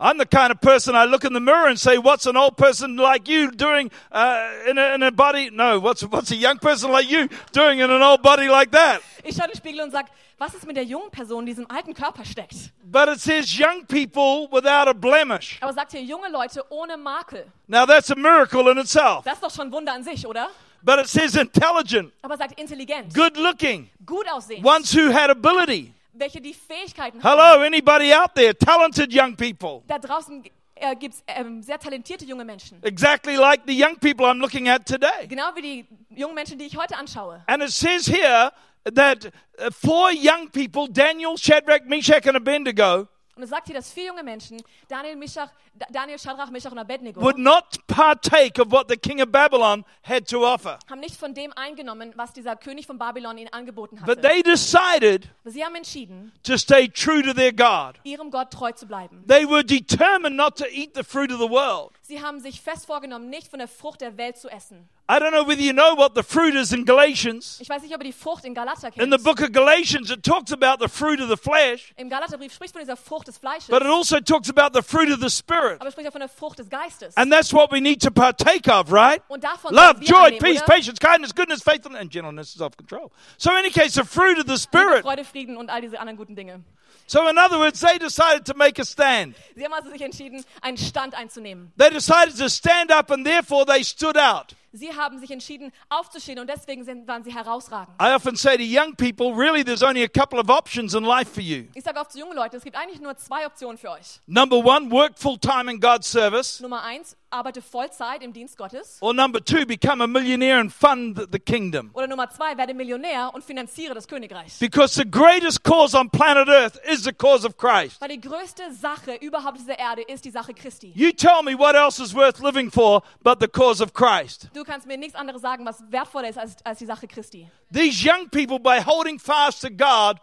[SPEAKER 2] I'm the kind of person I look in the mirror and say, "What's an old person like you doing uh, in, a, in a body? No, what's what's a young person like you doing in an old body like that?"
[SPEAKER 3] Ich schaue in den Spiegel und sage, was ist mit der jungen Person, die in diesem alten Körper steckt?
[SPEAKER 2] But it says young people without a blemish.
[SPEAKER 3] Aber sagt hier, junge Leute ohne Makel.
[SPEAKER 2] Now that's a miracle in itself.
[SPEAKER 3] Das ist doch schon ein Wunder an sich, oder?
[SPEAKER 2] But it says intelligent,
[SPEAKER 3] Aber sagt intelligent,
[SPEAKER 2] good looking,
[SPEAKER 3] gut aussehen,
[SPEAKER 2] ones who had ability.
[SPEAKER 3] welche die Fähigkeiten haben.
[SPEAKER 2] Hello, anybody out there? Talented young people.
[SPEAKER 3] Da draußen äh, gibt es ähm, sehr talentierte junge Menschen.
[SPEAKER 2] Exactly like the young people I'm looking at today.
[SPEAKER 3] Genau wie die jungen Menschen, die ich heute anschaue.
[SPEAKER 2] And it says here that uh, four young people, Daniel, Shadrach, Meshach, and Abednego,
[SPEAKER 3] Und es sagt hier, dass vier junge Menschen, Daniel, Mischach, Da- Daniel Schadrach, Mischach und Abednego,
[SPEAKER 2] would not partake of what the king of Babylon had to offer.
[SPEAKER 3] haben nicht von dem eingenommen, was dieser König von Babylon ihnen angeboten hatte.
[SPEAKER 2] But they decided
[SPEAKER 3] Aber Sie haben entschieden,
[SPEAKER 2] to stay true to their God.
[SPEAKER 3] ihrem Gott treu zu bleiben.
[SPEAKER 2] They were determined not to eat the fruit of the world.
[SPEAKER 3] Sie haben sich fest vorgenommen, nicht von der Frucht der Welt zu essen.
[SPEAKER 2] I don't know whether you know what the fruit is in Galatians.
[SPEAKER 3] Ich weiß nicht, ob ihr die Frucht in Galater
[SPEAKER 2] In the
[SPEAKER 3] kennt.
[SPEAKER 2] book of Galatians, it talks about the fruit of the flesh,
[SPEAKER 3] Im Galaterbrief spricht von dieser Frucht des Fleisches,
[SPEAKER 2] but it
[SPEAKER 3] aber
[SPEAKER 2] also talks about the fruit of the spirit.
[SPEAKER 3] es spricht auch von der Frucht des Geistes.
[SPEAKER 2] And that's what we need to partake of, right?
[SPEAKER 3] Und davon
[SPEAKER 2] Love,
[SPEAKER 3] sollen wir
[SPEAKER 2] joy,
[SPEAKER 3] annehmen,
[SPEAKER 2] peace,
[SPEAKER 3] oder?
[SPEAKER 2] patience, kindness, goodness, faithfulness, and gentleness is self control. So, in any case, the fruit of the
[SPEAKER 3] Liebe,
[SPEAKER 2] Spirit.
[SPEAKER 3] Freude, Frieden und all diese anderen guten Dinge.
[SPEAKER 2] So, in other words, they decided to make a stand.
[SPEAKER 3] Sie haben also sich entschieden, einen Stand einzunehmen.
[SPEAKER 2] They decided to stand up, and therefore they stood out.
[SPEAKER 3] Sie haben sich entschieden, aufzustehen und deswegen sind, waren sie herausragend.
[SPEAKER 2] I often say to young people, really, there's only a couple of options in life for you.
[SPEAKER 3] Ich sage oft zu jungen Leuten, es gibt eigentlich nur zwei Optionen für euch.
[SPEAKER 2] Number one, work full time in God's service.
[SPEAKER 3] Nummer eins, arbeite Vollzeit im Dienst Gottes.
[SPEAKER 2] Or number two, become a millionaire and fund the- the kingdom.
[SPEAKER 3] Oder Nummer zwei, werde Millionär und finanziere das Königreich.
[SPEAKER 2] Because the greatest cause on planet Earth is the cause of Christ.
[SPEAKER 3] Weil die größte Sache überhaupt auf dieser Erde ist die Sache Christi.
[SPEAKER 2] You tell me what else is worth living for but the cause of Christ.
[SPEAKER 3] Du kannst mir nichts anderes sagen, was wertvoller ist als, als die Sache Christi.
[SPEAKER 2] These young people, by holding fast to God,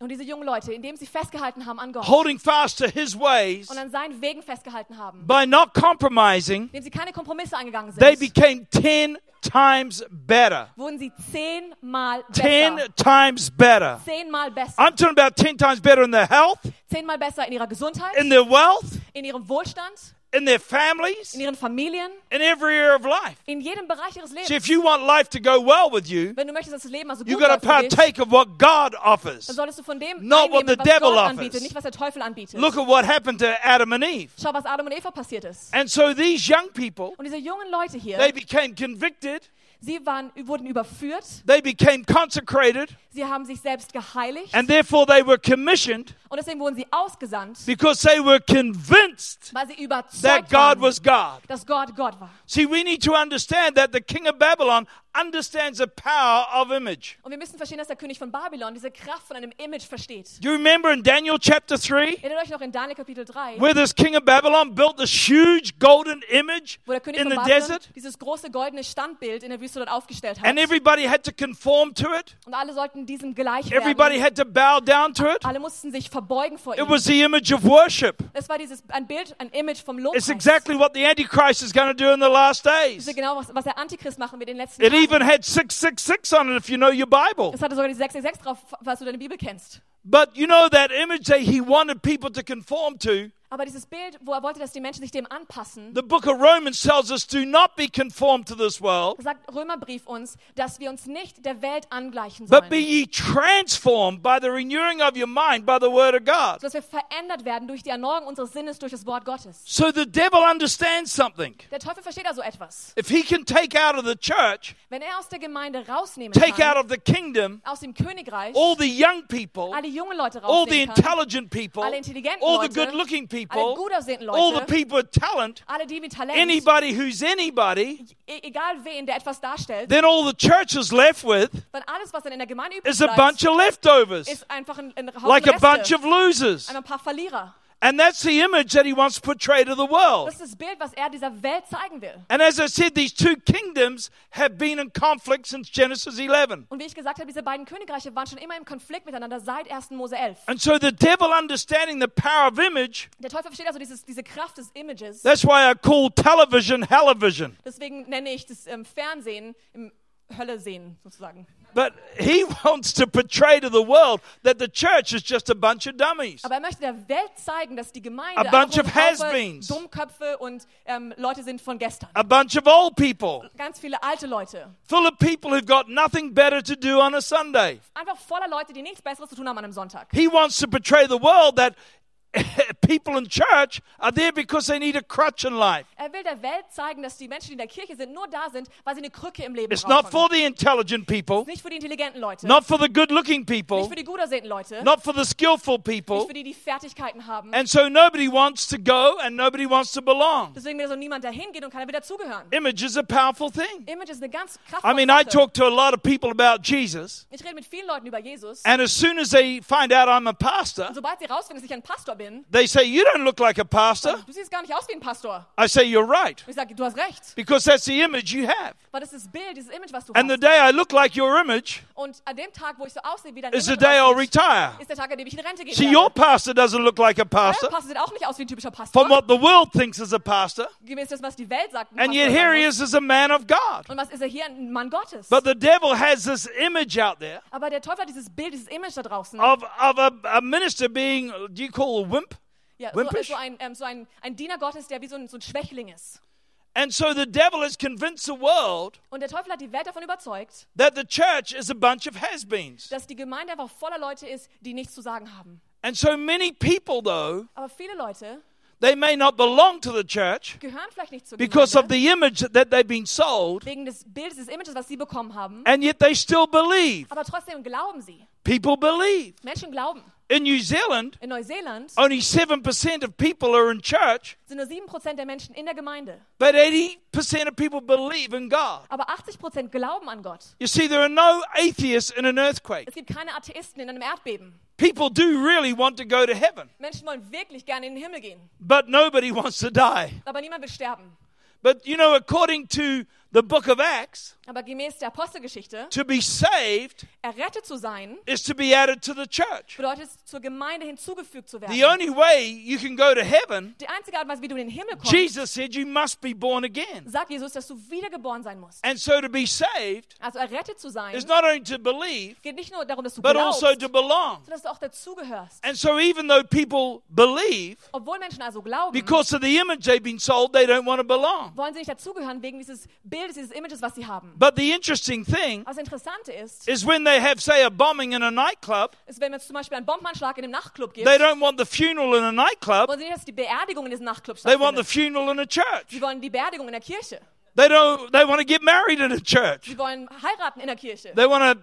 [SPEAKER 3] Und diese jungen Leute, indem sie festgehalten haben an Gott
[SPEAKER 2] holding fast to His ways,
[SPEAKER 3] und an seinen Wegen festgehalten haben,
[SPEAKER 2] by not compromising,
[SPEAKER 3] indem sie keine Kompromisse eingegangen
[SPEAKER 2] they
[SPEAKER 3] sind,
[SPEAKER 2] became 10 times better.
[SPEAKER 3] wurden sie zehnmal
[SPEAKER 2] 10
[SPEAKER 3] besser.
[SPEAKER 2] times better.
[SPEAKER 3] Zehnmal besser.
[SPEAKER 2] I'm talking about 10 times better in their health,
[SPEAKER 3] Zehnmal besser in ihrer Gesundheit,
[SPEAKER 2] in their wealth,
[SPEAKER 3] in ihrem Wohlstand,
[SPEAKER 2] in their families,
[SPEAKER 3] in ihren Familien,
[SPEAKER 2] in every area of life.
[SPEAKER 3] in jedem Bereich ihres
[SPEAKER 2] See,
[SPEAKER 3] Lebens.
[SPEAKER 2] if you want life to go well with you,
[SPEAKER 3] Wenn du möchtest, dass das Leben also
[SPEAKER 2] you've
[SPEAKER 3] gut
[SPEAKER 2] got
[SPEAKER 3] läuft
[SPEAKER 2] to
[SPEAKER 3] für dich,
[SPEAKER 2] partake of what God offers.
[SPEAKER 3] dann solltest du von dem
[SPEAKER 2] Not what
[SPEAKER 3] einnehmen,
[SPEAKER 2] the
[SPEAKER 3] was
[SPEAKER 2] devil
[SPEAKER 3] Gott
[SPEAKER 2] offers.
[SPEAKER 3] anbietet, nicht was der Teufel anbietet.
[SPEAKER 2] Look at what happened to Adam and Eve.
[SPEAKER 3] Schau, was Adam und Eva passiert ist.
[SPEAKER 2] And so these young people,
[SPEAKER 3] Und diese jungen Leute
[SPEAKER 2] they
[SPEAKER 3] hier,
[SPEAKER 2] became convicted,
[SPEAKER 3] sie waren, wurden überführt,
[SPEAKER 2] they became consecrated,
[SPEAKER 3] sie haben sich selbst geheiligt
[SPEAKER 2] and therefore they were commissioned
[SPEAKER 3] und deswegen wurden sie ausgesandt,
[SPEAKER 2] because they were convinced
[SPEAKER 3] weil sie
[SPEAKER 2] that
[SPEAKER 3] überzeugt
[SPEAKER 2] God
[SPEAKER 3] waren,
[SPEAKER 2] was God.
[SPEAKER 3] dass Gott Gott war.
[SPEAKER 2] See, we need to understand that the king of Babylon understands the power of image.
[SPEAKER 3] Und wir müssen verstehen, dass der König von Babylon diese Kraft von einem Image versteht.
[SPEAKER 2] Do you remember in Daniel chapter 3
[SPEAKER 3] Erinnert euch noch in Daniel Kapitel 3,
[SPEAKER 2] where this king of Babylon built this huge golden image
[SPEAKER 3] wo der König
[SPEAKER 2] in
[SPEAKER 3] von
[SPEAKER 2] the
[SPEAKER 3] Babylon
[SPEAKER 2] desert?
[SPEAKER 3] dieses große goldene Standbild in der Wüste dort aufgestellt hat.
[SPEAKER 2] And everybody had to conform to it.
[SPEAKER 3] Und alle sollten diesem gleich
[SPEAKER 2] Everybody
[SPEAKER 3] werden.
[SPEAKER 2] had to bow down to it.
[SPEAKER 3] Alle mussten sich verbeugen vor
[SPEAKER 2] It
[SPEAKER 3] ihm.
[SPEAKER 2] was the image of worship.
[SPEAKER 3] Es war dieses ein Bild, ein Image vom Lobpreis.
[SPEAKER 2] It's exactly what the Antichrist is going to do in the last
[SPEAKER 3] Das
[SPEAKER 2] days.
[SPEAKER 3] ist genau, was, was der Antichrist machen wird in den letzten
[SPEAKER 2] It even
[SPEAKER 3] Tagen.
[SPEAKER 2] had 666 on it if you know your Bible.
[SPEAKER 3] Es hatte sogar die 666 drauf, was du deine Bibel kennst.
[SPEAKER 2] But you know that image that he wanted people to conform to?
[SPEAKER 3] Aber dieses Bild, wo er wollte, dass die Menschen sich dem anpassen,
[SPEAKER 2] The book of Romans tells us do not be conformed to this world,
[SPEAKER 3] sagt Römerbrief uns, dass wir uns nicht der Welt angleichen
[SPEAKER 2] but be
[SPEAKER 3] sollen.
[SPEAKER 2] ye transformed by the renewing of your mind by the word of God.
[SPEAKER 3] Dass wir verändert werden durch die Erneuerung unseres Sinnes durch das Wort Gottes.
[SPEAKER 2] So the devil understands something.
[SPEAKER 3] Der Teufel versteht also etwas.
[SPEAKER 2] If he can take out of the church,
[SPEAKER 3] Wenn er aus der Gemeinde rausnehmen
[SPEAKER 2] take out
[SPEAKER 3] kann,
[SPEAKER 2] of the kingdom,
[SPEAKER 3] aus dem Königreich,
[SPEAKER 2] all the young people,
[SPEAKER 3] alle jungen Leute
[SPEAKER 2] all the
[SPEAKER 3] rausnehmen kann,
[SPEAKER 2] intelligent people,
[SPEAKER 3] alle intelligenten
[SPEAKER 2] all the
[SPEAKER 3] Leute,
[SPEAKER 2] good looking
[SPEAKER 3] alle
[SPEAKER 2] people,
[SPEAKER 3] gut aussehenden
[SPEAKER 2] all the
[SPEAKER 3] Leute,
[SPEAKER 2] people with talent,
[SPEAKER 3] alle die mit Talent,
[SPEAKER 2] anybody who's anybody,
[SPEAKER 3] e egal wen, der etwas darstellt,
[SPEAKER 2] then all the church is left with
[SPEAKER 3] dann alles, was dann in der Gemeinde übrig
[SPEAKER 2] is a
[SPEAKER 3] bleibt,
[SPEAKER 2] bunch of leftovers,
[SPEAKER 3] ist einfach ein, ein Haufen
[SPEAKER 2] like a
[SPEAKER 3] Reste,
[SPEAKER 2] bunch of losers.
[SPEAKER 3] ein paar Verlierer.
[SPEAKER 2] And that's the image that he wants to portray to the world.
[SPEAKER 3] Das ist das Bild, was er dieser Welt zeigen will.
[SPEAKER 2] And as I said, these two kingdoms have been in conflict since Genesis 11.
[SPEAKER 3] Und wie ich gesagt habe, diese beiden Königreiche waren schon immer im Konflikt miteinander seit 1. Mose 11.
[SPEAKER 2] And so the devil understanding the power of image,
[SPEAKER 3] Der Teufel versteht also dieses, diese Kraft des Images.
[SPEAKER 2] that's why I call television hellivision.
[SPEAKER 3] Deswegen nenne ich das ähm, Fernsehen im Hölle sehen sozusagen.
[SPEAKER 2] But he wants to portray to the world that the church is just a bunch of dummies.
[SPEAKER 3] Aber er möchte der Welt zeigen, dass die Gemeinde
[SPEAKER 2] A bunch
[SPEAKER 3] einfach
[SPEAKER 2] of
[SPEAKER 3] nur Haufe
[SPEAKER 2] has-beens.
[SPEAKER 3] Dummköpfe und ähm, Leute sind von gestern.
[SPEAKER 2] A bunch of old people,
[SPEAKER 3] Ganz viele alte Leute.
[SPEAKER 2] full of people who've got nothing better to do on a Sunday.
[SPEAKER 3] Einfach voller Leute, die nichts Besseres zu tun haben an einem Sonntag.
[SPEAKER 2] He wants to portray the world that people in church are there because they need a crutch in life.
[SPEAKER 3] Er will der Welt zeigen, dass die Menschen, die in der Kirche sind, nur da sind, weil sie eine Krücke im Leben
[SPEAKER 2] It's not for
[SPEAKER 3] brauchen.
[SPEAKER 2] the intelligent people,
[SPEAKER 3] Nicht für die intelligenten Leute.
[SPEAKER 2] not for the good looking
[SPEAKER 3] nicht
[SPEAKER 2] people,
[SPEAKER 3] für die gut aussehenden Leute.
[SPEAKER 2] not for the skillful
[SPEAKER 3] nicht
[SPEAKER 2] people.
[SPEAKER 3] für die, die Fertigkeiten haben.
[SPEAKER 2] And so nobody wants to go and nobody wants to belong.
[SPEAKER 3] Deswegen will so niemand dahin gehen und keiner will dazugehören.
[SPEAKER 2] Image is a powerful thing.
[SPEAKER 3] Image ist eine ganz
[SPEAKER 2] I
[SPEAKER 3] kraftvolle
[SPEAKER 2] mean, I
[SPEAKER 3] Sache.
[SPEAKER 2] talk to a lot of people about Jesus,
[SPEAKER 3] Ich rede mit vielen Leuten über Jesus.
[SPEAKER 2] and as soon as they find out I'm a pastor,
[SPEAKER 3] Und sobald sie rausfinden, dass ich ein Pastor bin,
[SPEAKER 2] they say, You don't look like a pastor.
[SPEAKER 3] du siehst gar nicht aus wie ein Pastor.
[SPEAKER 2] I say, You're right,
[SPEAKER 3] Und ich sage, du hast recht.
[SPEAKER 2] because that's the image you have.
[SPEAKER 3] Weil das ist das Bild, dieses Image, was du
[SPEAKER 2] And the
[SPEAKER 3] hast.
[SPEAKER 2] day I look like your image
[SPEAKER 3] Und an dem Tag, wo ich so aussehe wie dein
[SPEAKER 2] is
[SPEAKER 3] Image
[SPEAKER 2] the day I'll
[SPEAKER 3] aussieht,
[SPEAKER 2] retire.
[SPEAKER 3] ist der Tag, an dem ich in Rente gehe.
[SPEAKER 2] See, your pastor doesn't look like a pastor
[SPEAKER 3] Euer Pastor sieht auch nicht aus wie ein typischer Pastor.
[SPEAKER 2] from what the world thinks is a pastor,
[SPEAKER 3] gemäß das, was die Welt sagt. ein
[SPEAKER 2] and yet
[SPEAKER 3] Pastor sein
[SPEAKER 2] here he
[SPEAKER 3] muss.
[SPEAKER 2] is as a man of God.
[SPEAKER 3] Und was ist er hier? Ein Mann Gottes.
[SPEAKER 2] But the devil has this image out there
[SPEAKER 3] Aber der Teufel hat dieses Bild, dieses Image da draußen.
[SPEAKER 2] of, of a, a minister being, do you call a wimp?
[SPEAKER 3] ja, so,
[SPEAKER 2] wimpisch?
[SPEAKER 3] so, ein, ähm, so ein, ein Diener Gottes, der wie so ein, so ein Schwächling ist.
[SPEAKER 2] And so the devil has convinced the world
[SPEAKER 3] Und der Teufel hat die Welt davon überzeugt,
[SPEAKER 2] that the church is a bunch of has beens.
[SPEAKER 3] dass die Gemeinde einfach voller Leute ist, die nichts zu sagen haben.
[SPEAKER 2] And so many people, though,
[SPEAKER 3] Aber viele Leute,
[SPEAKER 2] They may not belong to the church
[SPEAKER 3] gehören vielleicht nicht zur
[SPEAKER 2] because of
[SPEAKER 3] Gemeinde,
[SPEAKER 2] the image that they've been sold,
[SPEAKER 3] wegen des Bildes, des Images, was sie bekommen haben.
[SPEAKER 2] and yet they still believe.
[SPEAKER 3] Aber trotzdem glauben sie.
[SPEAKER 2] People believe.
[SPEAKER 3] Menschen glauben.
[SPEAKER 2] In New Zealand,
[SPEAKER 3] In Neuseeland
[SPEAKER 2] only 7% of people are in church,
[SPEAKER 3] sind nur 7% der Menschen in der Gemeinde.
[SPEAKER 2] but 80% of people believe in God.
[SPEAKER 3] Aber 80% glauben an Gott.
[SPEAKER 2] You see, there are no atheists in an earthquake.
[SPEAKER 3] Es gibt keine Atheisten in einem Erdbeben.
[SPEAKER 2] People do really want to go to heaven,
[SPEAKER 3] Menschen wollen wirklich gerne in den Himmel gehen.
[SPEAKER 2] but nobody wants to die.
[SPEAKER 3] Aber niemand will sterben.
[SPEAKER 2] But you know, according to the book of Acts,
[SPEAKER 3] Aber gemäß der Apostelgeschichte,
[SPEAKER 2] to be saved
[SPEAKER 3] errettet zu sein,
[SPEAKER 2] is to be added to the church.
[SPEAKER 3] bedeutet es, zur Gemeinde hinzugefügt zu werden.
[SPEAKER 2] The only way you can go to heaven,
[SPEAKER 3] Die einzige Art und Weise, wie du in den Himmel kommst,
[SPEAKER 2] Jesus said you must be born again.
[SPEAKER 3] sagt Jesus, dass du wiedergeboren sein musst.
[SPEAKER 2] And so to be saved
[SPEAKER 3] Also errettet zu sein,
[SPEAKER 2] is not only to believe,
[SPEAKER 3] geht nicht nur darum, dass du
[SPEAKER 2] but
[SPEAKER 3] glaubst,
[SPEAKER 2] also to
[SPEAKER 3] sondern
[SPEAKER 2] belong.
[SPEAKER 3] dass du auch dazugehörst.
[SPEAKER 2] And so even though people believe,
[SPEAKER 3] Obwohl Menschen also glauben,
[SPEAKER 2] because of the image they've been sold, they don't want to belong.
[SPEAKER 3] wollen sie nicht dazugehören wegen dieses Bildes, dieses Images, was sie haben.
[SPEAKER 2] But the interesting thing
[SPEAKER 3] Was Interessante ist,
[SPEAKER 2] is when they have, say, a bombing in a nightclub,
[SPEAKER 3] ist, wenn es zum Beispiel einen Bombenanschlag in einem Nachtclub gibt,
[SPEAKER 2] they don't want the funeral in a nightclub,
[SPEAKER 3] wollen sie nicht, dass die Beerdigung in diesem Nachtclub
[SPEAKER 2] they want the
[SPEAKER 3] stattfindet.
[SPEAKER 2] funeral in a
[SPEAKER 3] Sie
[SPEAKER 2] church.
[SPEAKER 3] wollen die Beerdigung in der Kirche.
[SPEAKER 2] They don't they want to get married in a church.
[SPEAKER 3] Sie wollen heiraten in der Kirche.
[SPEAKER 2] They want to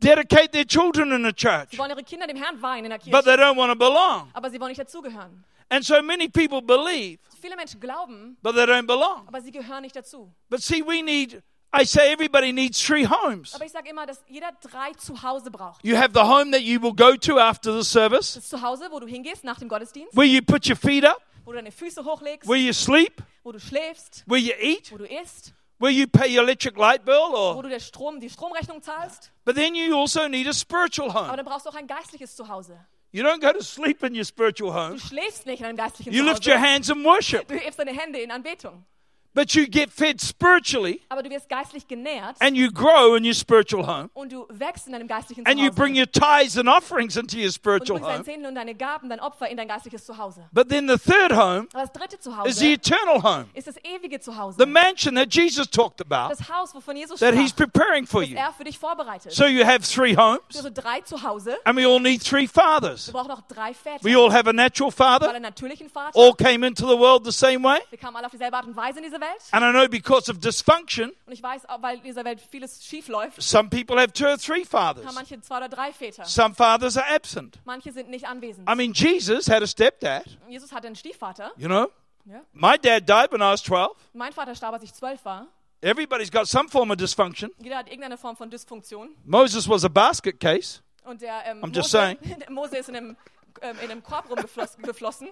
[SPEAKER 2] dedicate their children in a church,
[SPEAKER 3] Sie wollen ihre Kinder dem Herrn weihen in der
[SPEAKER 2] but they
[SPEAKER 3] Kirche.
[SPEAKER 2] don't want to belong.
[SPEAKER 3] Aber sie wollen nicht dazugehören.
[SPEAKER 2] And so many people believe,
[SPEAKER 3] Viele Menschen glauben,
[SPEAKER 2] but they don't belong.
[SPEAKER 3] aber sie gehören nicht dazu.
[SPEAKER 2] But see, we need, I say everybody needs three homes.
[SPEAKER 3] Aber ich sage immer, dass jeder drei Zuhause braucht.
[SPEAKER 2] You have the home that you will go to after the service,
[SPEAKER 3] Das Zuhause, wo du hingehst nach dem Gottesdienst,
[SPEAKER 2] where you put your feet up,
[SPEAKER 3] wo du deine Füße hochlegst,
[SPEAKER 2] where you sleep,
[SPEAKER 3] wo du schläfst,
[SPEAKER 2] where you eat,
[SPEAKER 3] wo du isst,
[SPEAKER 2] where you pay your electric light bill,
[SPEAKER 3] wo
[SPEAKER 2] or,
[SPEAKER 3] du der Strom, die Stromrechnung zahlst.
[SPEAKER 2] but then you also need a spiritual
[SPEAKER 3] Aber
[SPEAKER 2] home.
[SPEAKER 3] dann brauchst du auch ein geistliches Zuhause.
[SPEAKER 2] You don't go to sleep in your spiritual
[SPEAKER 3] Du
[SPEAKER 2] home.
[SPEAKER 3] schläfst nicht in einem geistlichen
[SPEAKER 2] You lift your
[SPEAKER 3] Zuhause.
[SPEAKER 2] hands and worship,
[SPEAKER 3] Du hebst deine Hände in Anbetung.
[SPEAKER 2] but you get fed spiritually
[SPEAKER 3] Aber du wirst geistlich genährt
[SPEAKER 2] and you grow in your spiritual home.
[SPEAKER 3] und du wächst in deinem geistlichen
[SPEAKER 2] and
[SPEAKER 3] Zuhause.
[SPEAKER 2] you bring your tithes and offerings into your
[SPEAKER 3] und du
[SPEAKER 2] spiritual
[SPEAKER 3] bringst deine
[SPEAKER 2] home.
[SPEAKER 3] Zehnten und deine Gaben, dein Opfer in dein geistliches Zuhause.
[SPEAKER 2] But then the third home
[SPEAKER 3] Aber das dritte
[SPEAKER 2] is the
[SPEAKER 3] Zuhause
[SPEAKER 2] eternal home,
[SPEAKER 3] ist das ewige Zuhause.
[SPEAKER 2] the mansion that Jesus talked about,
[SPEAKER 3] Das Haus, wovon Jesus
[SPEAKER 2] that He's
[SPEAKER 3] sprach,
[SPEAKER 2] preparing for
[SPEAKER 3] das
[SPEAKER 2] you.
[SPEAKER 3] er für dich vorbereitet.
[SPEAKER 2] So you have three homes,
[SPEAKER 3] also drei Zuhause.
[SPEAKER 2] and we all need three fathers.
[SPEAKER 3] Wir brauchen auch drei Väter.
[SPEAKER 2] We all have a natural
[SPEAKER 3] Wir haben
[SPEAKER 2] father,
[SPEAKER 3] einen natürlichen Vater.
[SPEAKER 2] all came into the world the same way.
[SPEAKER 3] Wir kamen alle auf dieselbe Art und Weise in diese Welt.
[SPEAKER 2] And I know because of dysfunction,
[SPEAKER 3] Und ich weiß, auch, weil in dieser Welt vieles schief läuft,
[SPEAKER 2] some people have two or three fathers,
[SPEAKER 3] haben manche zwei oder drei Väter.
[SPEAKER 2] some fathers are absent.
[SPEAKER 3] Manche sind nicht anwesend.
[SPEAKER 2] I mean, Jesus had a stepdad,
[SPEAKER 3] Jesus hatte einen Stiefvater.
[SPEAKER 2] you know.
[SPEAKER 3] Ja.
[SPEAKER 2] My dad died when I was 12.
[SPEAKER 3] Mein Vater starb, als ich zwölf war.
[SPEAKER 2] Everybody's got some form of dysfunction.
[SPEAKER 3] Jeder hat irgendeine Form von Dysfunktion.
[SPEAKER 2] Moses was a basket case.
[SPEAKER 3] Und der ähm,
[SPEAKER 2] I'm just
[SPEAKER 3] Mose, der Mose ist in einem, ähm, in einem Korb rumgeflossen.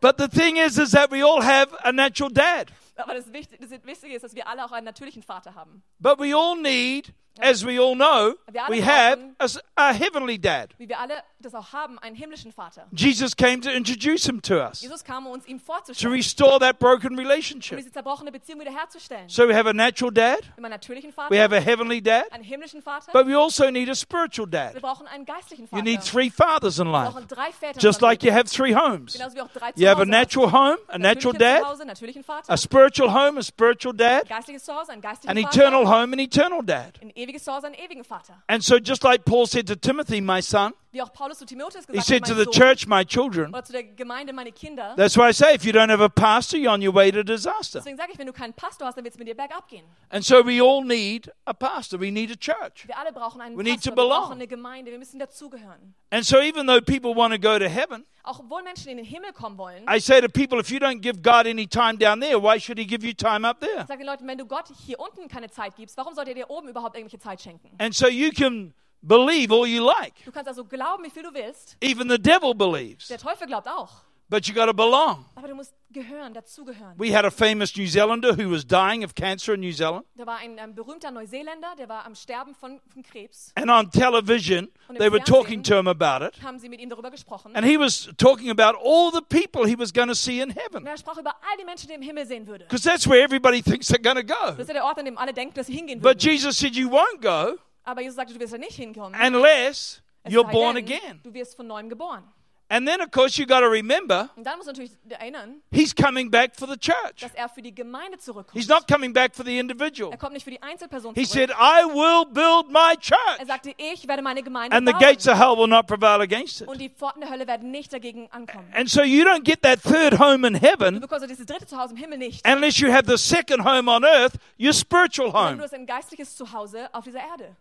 [SPEAKER 2] But the thing is, is that we all have a natural dad.
[SPEAKER 3] Aber das, Wicht, das Wichtige ist, dass wir alle auch einen natürlichen Vater haben.
[SPEAKER 2] But we all need, as we all know, we have a, s- a heavenly dad.
[SPEAKER 3] Wie wir alle das auch haben, einen himmlischen Vater.
[SPEAKER 2] Jesus came to introduce him to us,
[SPEAKER 3] Jesus kam, um uns ihm
[SPEAKER 2] to
[SPEAKER 3] vorzustellen,
[SPEAKER 2] restore that broken
[SPEAKER 3] um
[SPEAKER 2] relationship.
[SPEAKER 3] diese zerbrochene Beziehung wiederherzustellen.
[SPEAKER 2] So we have a natural dad,
[SPEAKER 3] Wir haben einen natürlichen
[SPEAKER 2] we
[SPEAKER 3] Vater,
[SPEAKER 2] have a heavenly dad,
[SPEAKER 3] einen himmlischen Vater.
[SPEAKER 2] but we also need a spiritual
[SPEAKER 3] Wir
[SPEAKER 2] dad.
[SPEAKER 3] brauchen einen geistlichen
[SPEAKER 2] You
[SPEAKER 3] Vater.
[SPEAKER 2] need
[SPEAKER 3] Wir
[SPEAKER 2] three fathers in life,
[SPEAKER 3] brauchen drei Väter. in
[SPEAKER 2] just
[SPEAKER 3] unserem
[SPEAKER 2] like you
[SPEAKER 3] Leben.
[SPEAKER 2] have three homes.
[SPEAKER 3] Genauso wie auch drei
[SPEAKER 2] You have a
[SPEAKER 3] Zuhause hast.
[SPEAKER 2] natural home, a natural
[SPEAKER 3] Natürliches
[SPEAKER 2] dad,
[SPEAKER 3] Zuhause, natürlichen Vater.
[SPEAKER 2] a spiritual home, a spiritual dad,
[SPEAKER 3] Geistliches Zuhause, einen geistlichen
[SPEAKER 2] an
[SPEAKER 3] Vater.
[SPEAKER 2] eternal home, an eternal dad.
[SPEAKER 3] Ein ewiges Zuhause, einen ewigen Vater.
[SPEAKER 2] And so, just like Paul said to Timothy, my son,
[SPEAKER 3] Wie auch Paulus zu Timotheus
[SPEAKER 2] He
[SPEAKER 3] gesagt hat,
[SPEAKER 2] said to
[SPEAKER 3] mein
[SPEAKER 2] the
[SPEAKER 3] Sohn,
[SPEAKER 2] church, my children.
[SPEAKER 3] oder zu der Gemeinde, meine Kinder.
[SPEAKER 2] That's why I say, if you don't have a pastor, you're on your way to disaster.
[SPEAKER 3] Deswegen sage ich, wenn du keinen Pastor hast, dann wird es mit dir bergab gehen.
[SPEAKER 2] And so we all need a pastor. We need a church.
[SPEAKER 3] Wir alle brauchen einen
[SPEAKER 2] We need
[SPEAKER 3] Pastor,
[SPEAKER 2] to
[SPEAKER 3] wir
[SPEAKER 2] belong.
[SPEAKER 3] brauchen eine Gemeinde, wir müssen dazugehören.
[SPEAKER 2] And so even though people want to go to heaven,
[SPEAKER 3] Auch obwohl Menschen in den Himmel kommen wollen,
[SPEAKER 2] I say to people, if you don't give God any time down there, why should he give you time up there?
[SPEAKER 3] sage den Leuten, wenn du Gott hier unten keine Zeit gibst, warum sollte er dir oben überhaupt irgendwelche Zeit schenken?
[SPEAKER 2] And so you can believe all you like.
[SPEAKER 3] Du kannst also glauben, wie viel du willst.
[SPEAKER 2] Even the devil believes.
[SPEAKER 3] Der Teufel glaubt auch.
[SPEAKER 2] But you got to belong.
[SPEAKER 3] Aber du musst gehören, dazugehören.
[SPEAKER 2] We had a famous New Zealander who was dying of cancer in New Zealand.
[SPEAKER 3] Da war ein ähm, berühmter Neuseeländer, der war am Sterben von, von Krebs.
[SPEAKER 2] And on television, they were talking to him about it.
[SPEAKER 3] Haben sie mit ihm darüber gesprochen.
[SPEAKER 2] And he was talking about all the people he was going to see in heaven.
[SPEAKER 3] Und er sprach über all die Menschen, die er im Himmel sehen würde.
[SPEAKER 2] Because that's where everybody thinks they're going to go.
[SPEAKER 3] Das ist ja der Ort, an dem alle denken, dass sie hingehen
[SPEAKER 2] But
[SPEAKER 3] würden.
[SPEAKER 2] Jesus said, You won't go
[SPEAKER 3] Aber Jesus sagte, du wirst da nicht hinkommen.
[SPEAKER 2] unless
[SPEAKER 3] Es
[SPEAKER 2] you're
[SPEAKER 3] sei
[SPEAKER 2] born
[SPEAKER 3] denn,
[SPEAKER 2] again.
[SPEAKER 3] Du wirst von neuem geboren.
[SPEAKER 2] And then, of course, you got to remember,
[SPEAKER 3] Und dann muss man natürlich erinnern,
[SPEAKER 2] he's coming back for the church.
[SPEAKER 3] dass er für die Gemeinde zurückkommt.
[SPEAKER 2] He's not coming back for the individual.
[SPEAKER 3] Er kommt nicht für die Einzelperson
[SPEAKER 2] He said,
[SPEAKER 3] zurück.
[SPEAKER 2] I will build my
[SPEAKER 3] Er
[SPEAKER 2] church,
[SPEAKER 3] sagte, ich werde meine Gemeinde
[SPEAKER 2] and the
[SPEAKER 3] bauen.
[SPEAKER 2] gates of hell will not prevail against it.
[SPEAKER 3] Und die Pforten der Hölle werden nicht dagegen ankommen.
[SPEAKER 2] And so you don't get that third home in
[SPEAKER 3] Du
[SPEAKER 2] heaven
[SPEAKER 3] bekommst dieses dritte Zuhause im Himmel nicht.
[SPEAKER 2] unless you have the second home on earth, your spiritual
[SPEAKER 3] sondern
[SPEAKER 2] home.
[SPEAKER 3] nur ein geistliches Zuhause auf dieser Erde.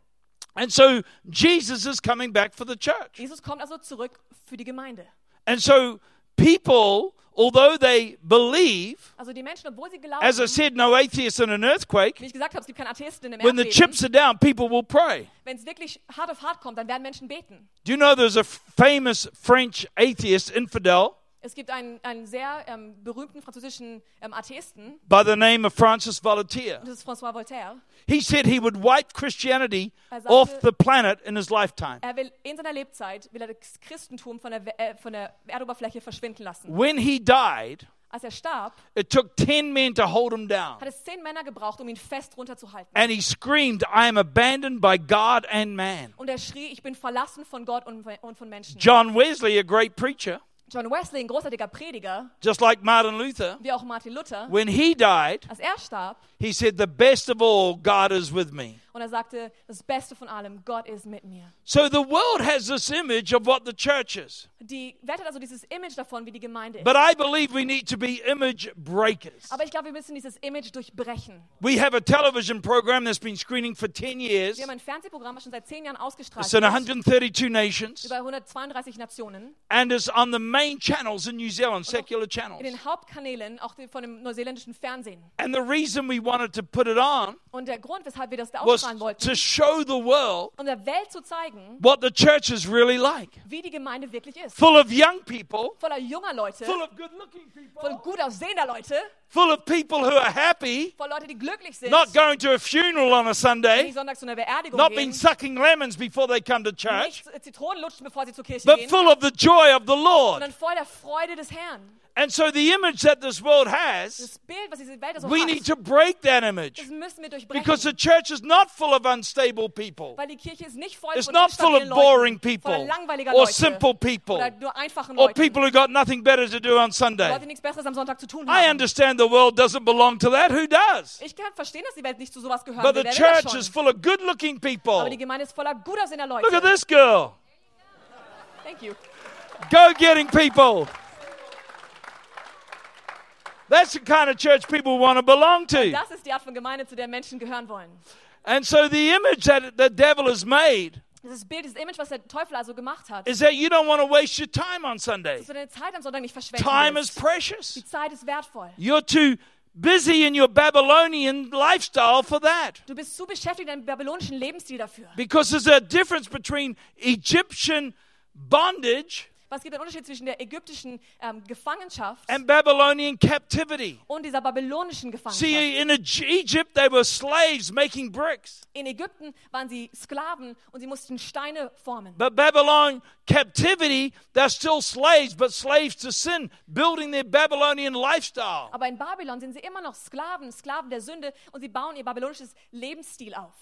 [SPEAKER 2] And so Jesus is coming back for the church.
[SPEAKER 3] Jesus kommt also zurück für die Gemeinde.
[SPEAKER 2] And so people, although they believe,
[SPEAKER 3] Also die Menschen, obwohl sie glauben,
[SPEAKER 2] as I
[SPEAKER 3] wie
[SPEAKER 2] said, no atheist in an earthquake,
[SPEAKER 3] ich gesagt habe, es gibt keinen Atheisten in dem
[SPEAKER 2] when the
[SPEAKER 3] Erdbeben.
[SPEAKER 2] chips are down, people will pray.
[SPEAKER 3] Wenn es wirklich hart auf hart kommt, dann werden Menschen beten.
[SPEAKER 2] Do you know there's a f- famous French atheist infidel
[SPEAKER 3] Es gibt einen, einen sehr ähm, berühmten französischen ähm, Atheisten,
[SPEAKER 2] by the name of Francis Voltaire?
[SPEAKER 3] das ist François Voltaire.
[SPEAKER 2] He said he would wipe Christianity
[SPEAKER 3] Er sagte-
[SPEAKER 2] off the planet in his lifetime.
[SPEAKER 3] Er will in seiner Lebzeit will er das Christentum von der, We- äh, von der Erdoberfläche verschwinden lassen.
[SPEAKER 2] When he died,
[SPEAKER 3] Als er starb,
[SPEAKER 2] it took 10 men to hold him down.
[SPEAKER 3] hat es zehn Männer gebraucht, um ihn fest runterzuhalten.
[SPEAKER 2] And he screamed, I am abandoned by God and man.
[SPEAKER 3] Und er schrie, ich bin verlassen von Gott und, und von Menschen.
[SPEAKER 2] John Wesley, a great preacher,
[SPEAKER 3] John Wesley, ein großartiger Prediger,
[SPEAKER 2] just like Martin Luther,
[SPEAKER 3] wie auch Martin Luther,
[SPEAKER 2] when he died,
[SPEAKER 3] als Also er starb,
[SPEAKER 2] he said, The best of all, God is with me.
[SPEAKER 3] Und er sagte, das Beste von allem, Gott ist mit mir.
[SPEAKER 2] So the world has this image of what the church is.
[SPEAKER 3] Die Welt hat also dieses Image davon, wie die Gemeinde ist.
[SPEAKER 2] But I believe we need to be image breakers.
[SPEAKER 3] Aber ich glaube, wir müssen dieses Image durchbrechen.
[SPEAKER 2] We have a television program that's been screening for 10 years,
[SPEAKER 3] Wir haben ein Fernsehprogramm, das schon seit zehn Jahren ausgestrahlt
[SPEAKER 2] it's in
[SPEAKER 3] wird.
[SPEAKER 2] 132 nations,
[SPEAKER 3] Über 132 Nationen.
[SPEAKER 2] and it's on the main channels in New Zealand, secular channels.
[SPEAKER 3] In den Hauptkanälen, auch die- von dem neuseeländischen Fernsehen.
[SPEAKER 2] And the reason we wanted to put it on
[SPEAKER 3] Und der Grund, weshalb wir das da
[SPEAKER 2] was
[SPEAKER 3] ausstrahlen wollten,
[SPEAKER 2] to show the world
[SPEAKER 3] um der Welt zu zeigen,
[SPEAKER 2] what the church is really like
[SPEAKER 3] wie die Gemeinde wirklich ist.
[SPEAKER 2] full of young people,
[SPEAKER 3] Voller junger Leute,
[SPEAKER 2] full of good looking people,
[SPEAKER 3] voll gut aussehender Leute,
[SPEAKER 2] full of people who are happy,
[SPEAKER 3] voll Leute, die glücklich sind,
[SPEAKER 2] not going to a funeral on a
[SPEAKER 3] die
[SPEAKER 2] Sunday,
[SPEAKER 3] sonntags zu einer Beerdigung
[SPEAKER 2] not been
[SPEAKER 3] gehen,
[SPEAKER 2] sucking lemons before they come to church,
[SPEAKER 3] nicht Zitronen lutschen, bevor sie zur Kirche
[SPEAKER 2] but
[SPEAKER 3] gehen,
[SPEAKER 2] full of the joy of the Lord.
[SPEAKER 3] sondern voll der Freude des Herrn.
[SPEAKER 2] And so the image that this world has,
[SPEAKER 3] das Bild, was diese Welt so
[SPEAKER 2] we
[SPEAKER 3] hat,
[SPEAKER 2] need to break that image
[SPEAKER 3] das müssen wir durchbrechen.
[SPEAKER 2] because the church is not full of unstable people.
[SPEAKER 3] weil die Kirche ist nicht voll
[SPEAKER 2] It's
[SPEAKER 3] von
[SPEAKER 2] not full of
[SPEAKER 3] instabilen Leuten,
[SPEAKER 2] boring
[SPEAKER 3] voller
[SPEAKER 2] people
[SPEAKER 3] langweiliger
[SPEAKER 2] or
[SPEAKER 3] Leute
[SPEAKER 2] simple people
[SPEAKER 3] oder nur einfachen
[SPEAKER 2] or
[SPEAKER 3] Leuten,
[SPEAKER 2] people who got nothing better to do on
[SPEAKER 3] Leute, die
[SPEAKER 2] Sunday.
[SPEAKER 3] nichts Besseres am Sonntag zu tun
[SPEAKER 2] I
[SPEAKER 3] haben.
[SPEAKER 2] understand the world doesn't belong to that. Who does?
[SPEAKER 3] Ich kann verstehen, dass die Welt nicht zu sowas gehört.
[SPEAKER 2] But the
[SPEAKER 3] Wer will das
[SPEAKER 2] church
[SPEAKER 3] schon?
[SPEAKER 2] is full of good looking
[SPEAKER 3] Aber die
[SPEAKER 2] people.
[SPEAKER 3] Gemeinde ist voller gut aussehender Leute.
[SPEAKER 2] Look at this girl.
[SPEAKER 3] Thank you.
[SPEAKER 2] Go getting people. That's the kind of church people want to belong to.
[SPEAKER 3] Das ist die Art von Gemeinde, zu der Menschen gehören wollen.
[SPEAKER 2] And so the image that the devil has made
[SPEAKER 3] Dieses Bild, dieses Image, was der Teufel also gemacht hat,
[SPEAKER 2] is that you don't want to waste your time on Sunday.
[SPEAKER 3] dass du deine Zeit am Sonntag nicht verschwenden
[SPEAKER 2] Time is
[SPEAKER 3] willst.
[SPEAKER 2] precious.
[SPEAKER 3] Die Zeit ist wertvoll.
[SPEAKER 2] You're too busy in your Babylonian lifestyle for that.
[SPEAKER 3] Du bist zu beschäftigt in deinem babylonischen Lebensstil dafür.
[SPEAKER 2] Because there's a difference between Egyptian bondage
[SPEAKER 3] Was gibt den Unterschied zwischen der ägyptischen ähm, Gefangenschaft
[SPEAKER 2] and Babylonian captivity.
[SPEAKER 3] und dieser babylonischen Gefangenschaft?
[SPEAKER 2] See, in Eg- Egypt, they were slaves making bricks.
[SPEAKER 3] In Ägypten waren sie Sklaven und sie mussten Steine formen.
[SPEAKER 2] But Babylon captivity, they're still slaves, but slaves to sin, building their Babylonian lifestyle.
[SPEAKER 3] Aber in Babylon sind sie immer noch Sklaven, Sklaven der Sünde und sie bauen ihr babylonisches Lebensstil auf.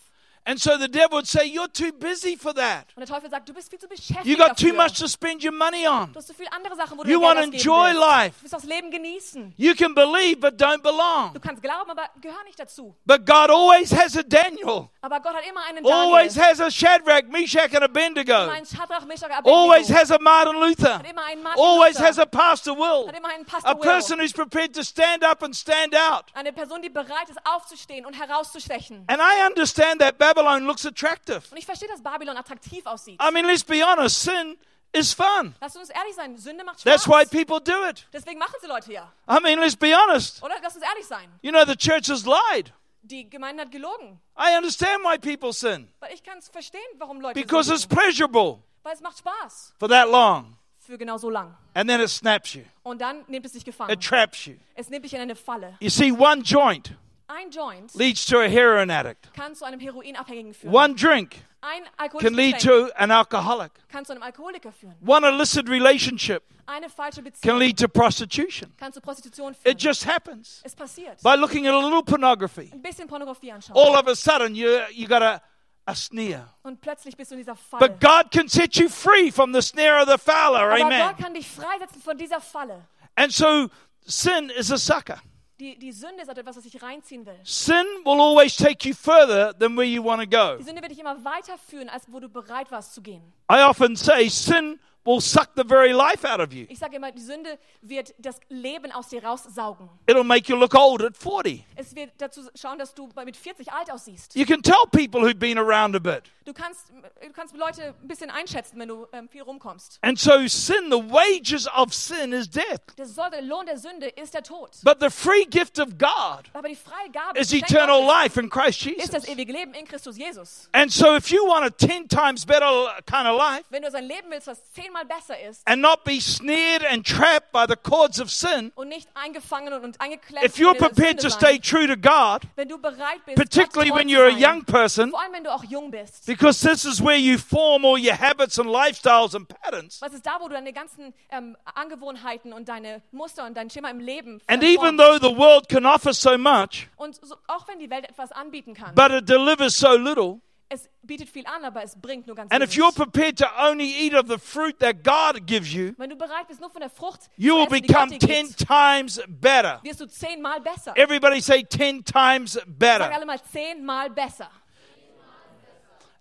[SPEAKER 2] And so the devil would say, You're too busy for that.
[SPEAKER 3] Und der Teufel sagt, du bist viel zu
[SPEAKER 2] You
[SPEAKER 3] beschäftigt
[SPEAKER 2] got
[SPEAKER 3] dafür.
[SPEAKER 2] too much to spend your money on.
[SPEAKER 3] Du hast so viele andere Sachen, wo du
[SPEAKER 2] You
[SPEAKER 3] dein
[SPEAKER 2] want to
[SPEAKER 3] Geld ausgeben
[SPEAKER 2] enjoy
[SPEAKER 3] willst.
[SPEAKER 2] life.
[SPEAKER 3] Du willst das Leben genießen.
[SPEAKER 2] You can believe, but don't belong.
[SPEAKER 3] Du kannst glauben, aber gehör nicht dazu.
[SPEAKER 2] But God always has a Daniel,
[SPEAKER 3] Aber Gott hat immer einen
[SPEAKER 2] always
[SPEAKER 3] Daniel,
[SPEAKER 2] has a Shadrach, Meshach, and
[SPEAKER 3] immer
[SPEAKER 2] Abednego.
[SPEAKER 3] einen Shadrach, Meshach, Abednego,
[SPEAKER 2] always has a Martin Luther,
[SPEAKER 3] hat immer einen Martin
[SPEAKER 2] always
[SPEAKER 3] Luther,
[SPEAKER 2] has a Pastor Will,
[SPEAKER 3] hat immer einen Pastor
[SPEAKER 2] a person
[SPEAKER 3] Will.
[SPEAKER 2] who's prepared to stand up and stand out.
[SPEAKER 3] Eine Person, die bereit ist, aufzustehen und herauszustechen.
[SPEAKER 2] And I understand that Babylon looks attractive.
[SPEAKER 3] Und ich verstehe, dass Babylon attraktiv aussieht.
[SPEAKER 2] I mean, let's be honest, sin is fun.
[SPEAKER 3] Lass uns ehrlich sein, Sünde macht Spaß.
[SPEAKER 2] That's why people do it.
[SPEAKER 3] Deswegen machen sie Leute ja.
[SPEAKER 2] I mean, let's be honest.
[SPEAKER 3] Oder lass uns ehrlich sein.
[SPEAKER 2] You know, the church has lied.
[SPEAKER 3] Die Gemeinde hat gelogen.
[SPEAKER 2] I understand why people sin
[SPEAKER 3] Weil ich kann es verstehen, warum Leute
[SPEAKER 2] because
[SPEAKER 3] so
[SPEAKER 2] it's
[SPEAKER 3] tun.
[SPEAKER 2] pleasurable
[SPEAKER 3] Weil es macht Spaß.
[SPEAKER 2] for that long.
[SPEAKER 3] Für genau so lang.
[SPEAKER 2] And then it snaps you,
[SPEAKER 3] Und dann nimmt es dich gefangen.
[SPEAKER 2] it traps you.
[SPEAKER 3] Es nimmt dich in eine Falle.
[SPEAKER 2] You see, one joint
[SPEAKER 3] Ein Joint
[SPEAKER 2] leads to a heroin addict,
[SPEAKER 3] kann zu einem Heroinabhängigen führen.
[SPEAKER 2] one drink
[SPEAKER 3] Ein
[SPEAKER 2] can lead
[SPEAKER 3] Alkoholiker
[SPEAKER 2] to an alcoholic.
[SPEAKER 3] kann zu einem Alkoholiker führen.
[SPEAKER 2] One illicit relationship
[SPEAKER 3] Eine falsche
[SPEAKER 2] can
[SPEAKER 3] Beziehung
[SPEAKER 2] lead to prostitution.
[SPEAKER 3] kann zu Prostitution
[SPEAKER 2] It
[SPEAKER 3] führen.
[SPEAKER 2] just happens.
[SPEAKER 3] Es passiert.
[SPEAKER 2] By looking at a little pornography,
[SPEAKER 3] Ein bisschen Pornografie anschauen.
[SPEAKER 2] all of a sudden you you got a a snare.
[SPEAKER 3] Und plötzlich bist du in dieser Falle.
[SPEAKER 2] But God can set you free from the snare of the fowler.
[SPEAKER 3] Aber
[SPEAKER 2] Amen.
[SPEAKER 3] Gott kann dich freisetzen von dieser Falle.
[SPEAKER 2] And so sin is a sucker.
[SPEAKER 3] Die, die Sünde ist etwas, was dich reinziehen will.
[SPEAKER 2] Sin will always take you further than where you want to go.
[SPEAKER 3] Die Sünde wird dich immer weiterführen, als wo du bereit warst zu gehen.
[SPEAKER 2] I often say sin will suck the very life out of you.
[SPEAKER 3] Ich sage immer, die Sünde wird das Leben aus dir raussaugen.
[SPEAKER 2] It'll make you look old at 40.
[SPEAKER 3] Es wird dazu schauen, dass du bei- mit 40 alt aussiehst.
[SPEAKER 2] You can tell people who've been around a bit.
[SPEAKER 3] Du kannst, du kannst Leute ein bisschen einschätzen, wenn du ähm, viel rumkommst.
[SPEAKER 2] And so sin, the wages of sin is death.
[SPEAKER 3] Der, Soll, der Lohn der Sünde ist der Tod.
[SPEAKER 2] But the free gift of God
[SPEAKER 3] Aber die Freigabe
[SPEAKER 2] is
[SPEAKER 3] Geschenk
[SPEAKER 2] eternal
[SPEAKER 3] Gottes
[SPEAKER 2] life in Christ
[SPEAKER 3] ist das
[SPEAKER 2] Jesus.
[SPEAKER 3] ewige Leben in Christus Jesus.
[SPEAKER 2] And so if you want a 10 times better kind of life
[SPEAKER 3] Wenn du sein Leben willst, was zehnmal besser ist
[SPEAKER 2] and not be snared and trapped by the cords of sin,
[SPEAKER 3] und nicht eingefangen und- und eingeklemmt
[SPEAKER 2] if you're
[SPEAKER 3] in der
[SPEAKER 2] prepared
[SPEAKER 3] Sünde
[SPEAKER 2] to
[SPEAKER 3] sein,
[SPEAKER 2] stay true to God,
[SPEAKER 3] wenn du bereit bist,
[SPEAKER 2] particularly
[SPEAKER 3] Gott treu
[SPEAKER 2] when
[SPEAKER 3] zu
[SPEAKER 2] you're a
[SPEAKER 3] sein,
[SPEAKER 2] young person,
[SPEAKER 3] vor allem wenn du auch jung bist.
[SPEAKER 2] because this is where you form all your habits and lifestyles and patterns.
[SPEAKER 3] Was ist da, wo du deine ganzen ähm, Angewohnheiten und deine Muster und dein Schema im Leben
[SPEAKER 2] And
[SPEAKER 3] verformst?
[SPEAKER 2] even though the world can offer so much,
[SPEAKER 3] Und so, auch wenn die Welt etwas anbieten kann,
[SPEAKER 2] but it delivers so little,
[SPEAKER 3] es bietet viel an, aber es bringt nur ganz
[SPEAKER 2] and if
[SPEAKER 3] wenig.
[SPEAKER 2] you're prepared to only eat of the fruit that God gives you,
[SPEAKER 3] wenn du bereit bist, nur von der Frucht
[SPEAKER 2] you
[SPEAKER 3] zu
[SPEAKER 2] will
[SPEAKER 3] essen, die Gott
[SPEAKER 2] become
[SPEAKER 3] dir
[SPEAKER 2] 10
[SPEAKER 3] gibt,
[SPEAKER 2] times better.
[SPEAKER 3] wirst du zehnmal besser.
[SPEAKER 2] Everybody say 10 times
[SPEAKER 3] Sag
[SPEAKER 2] better.
[SPEAKER 3] alle mal zehnmal besser.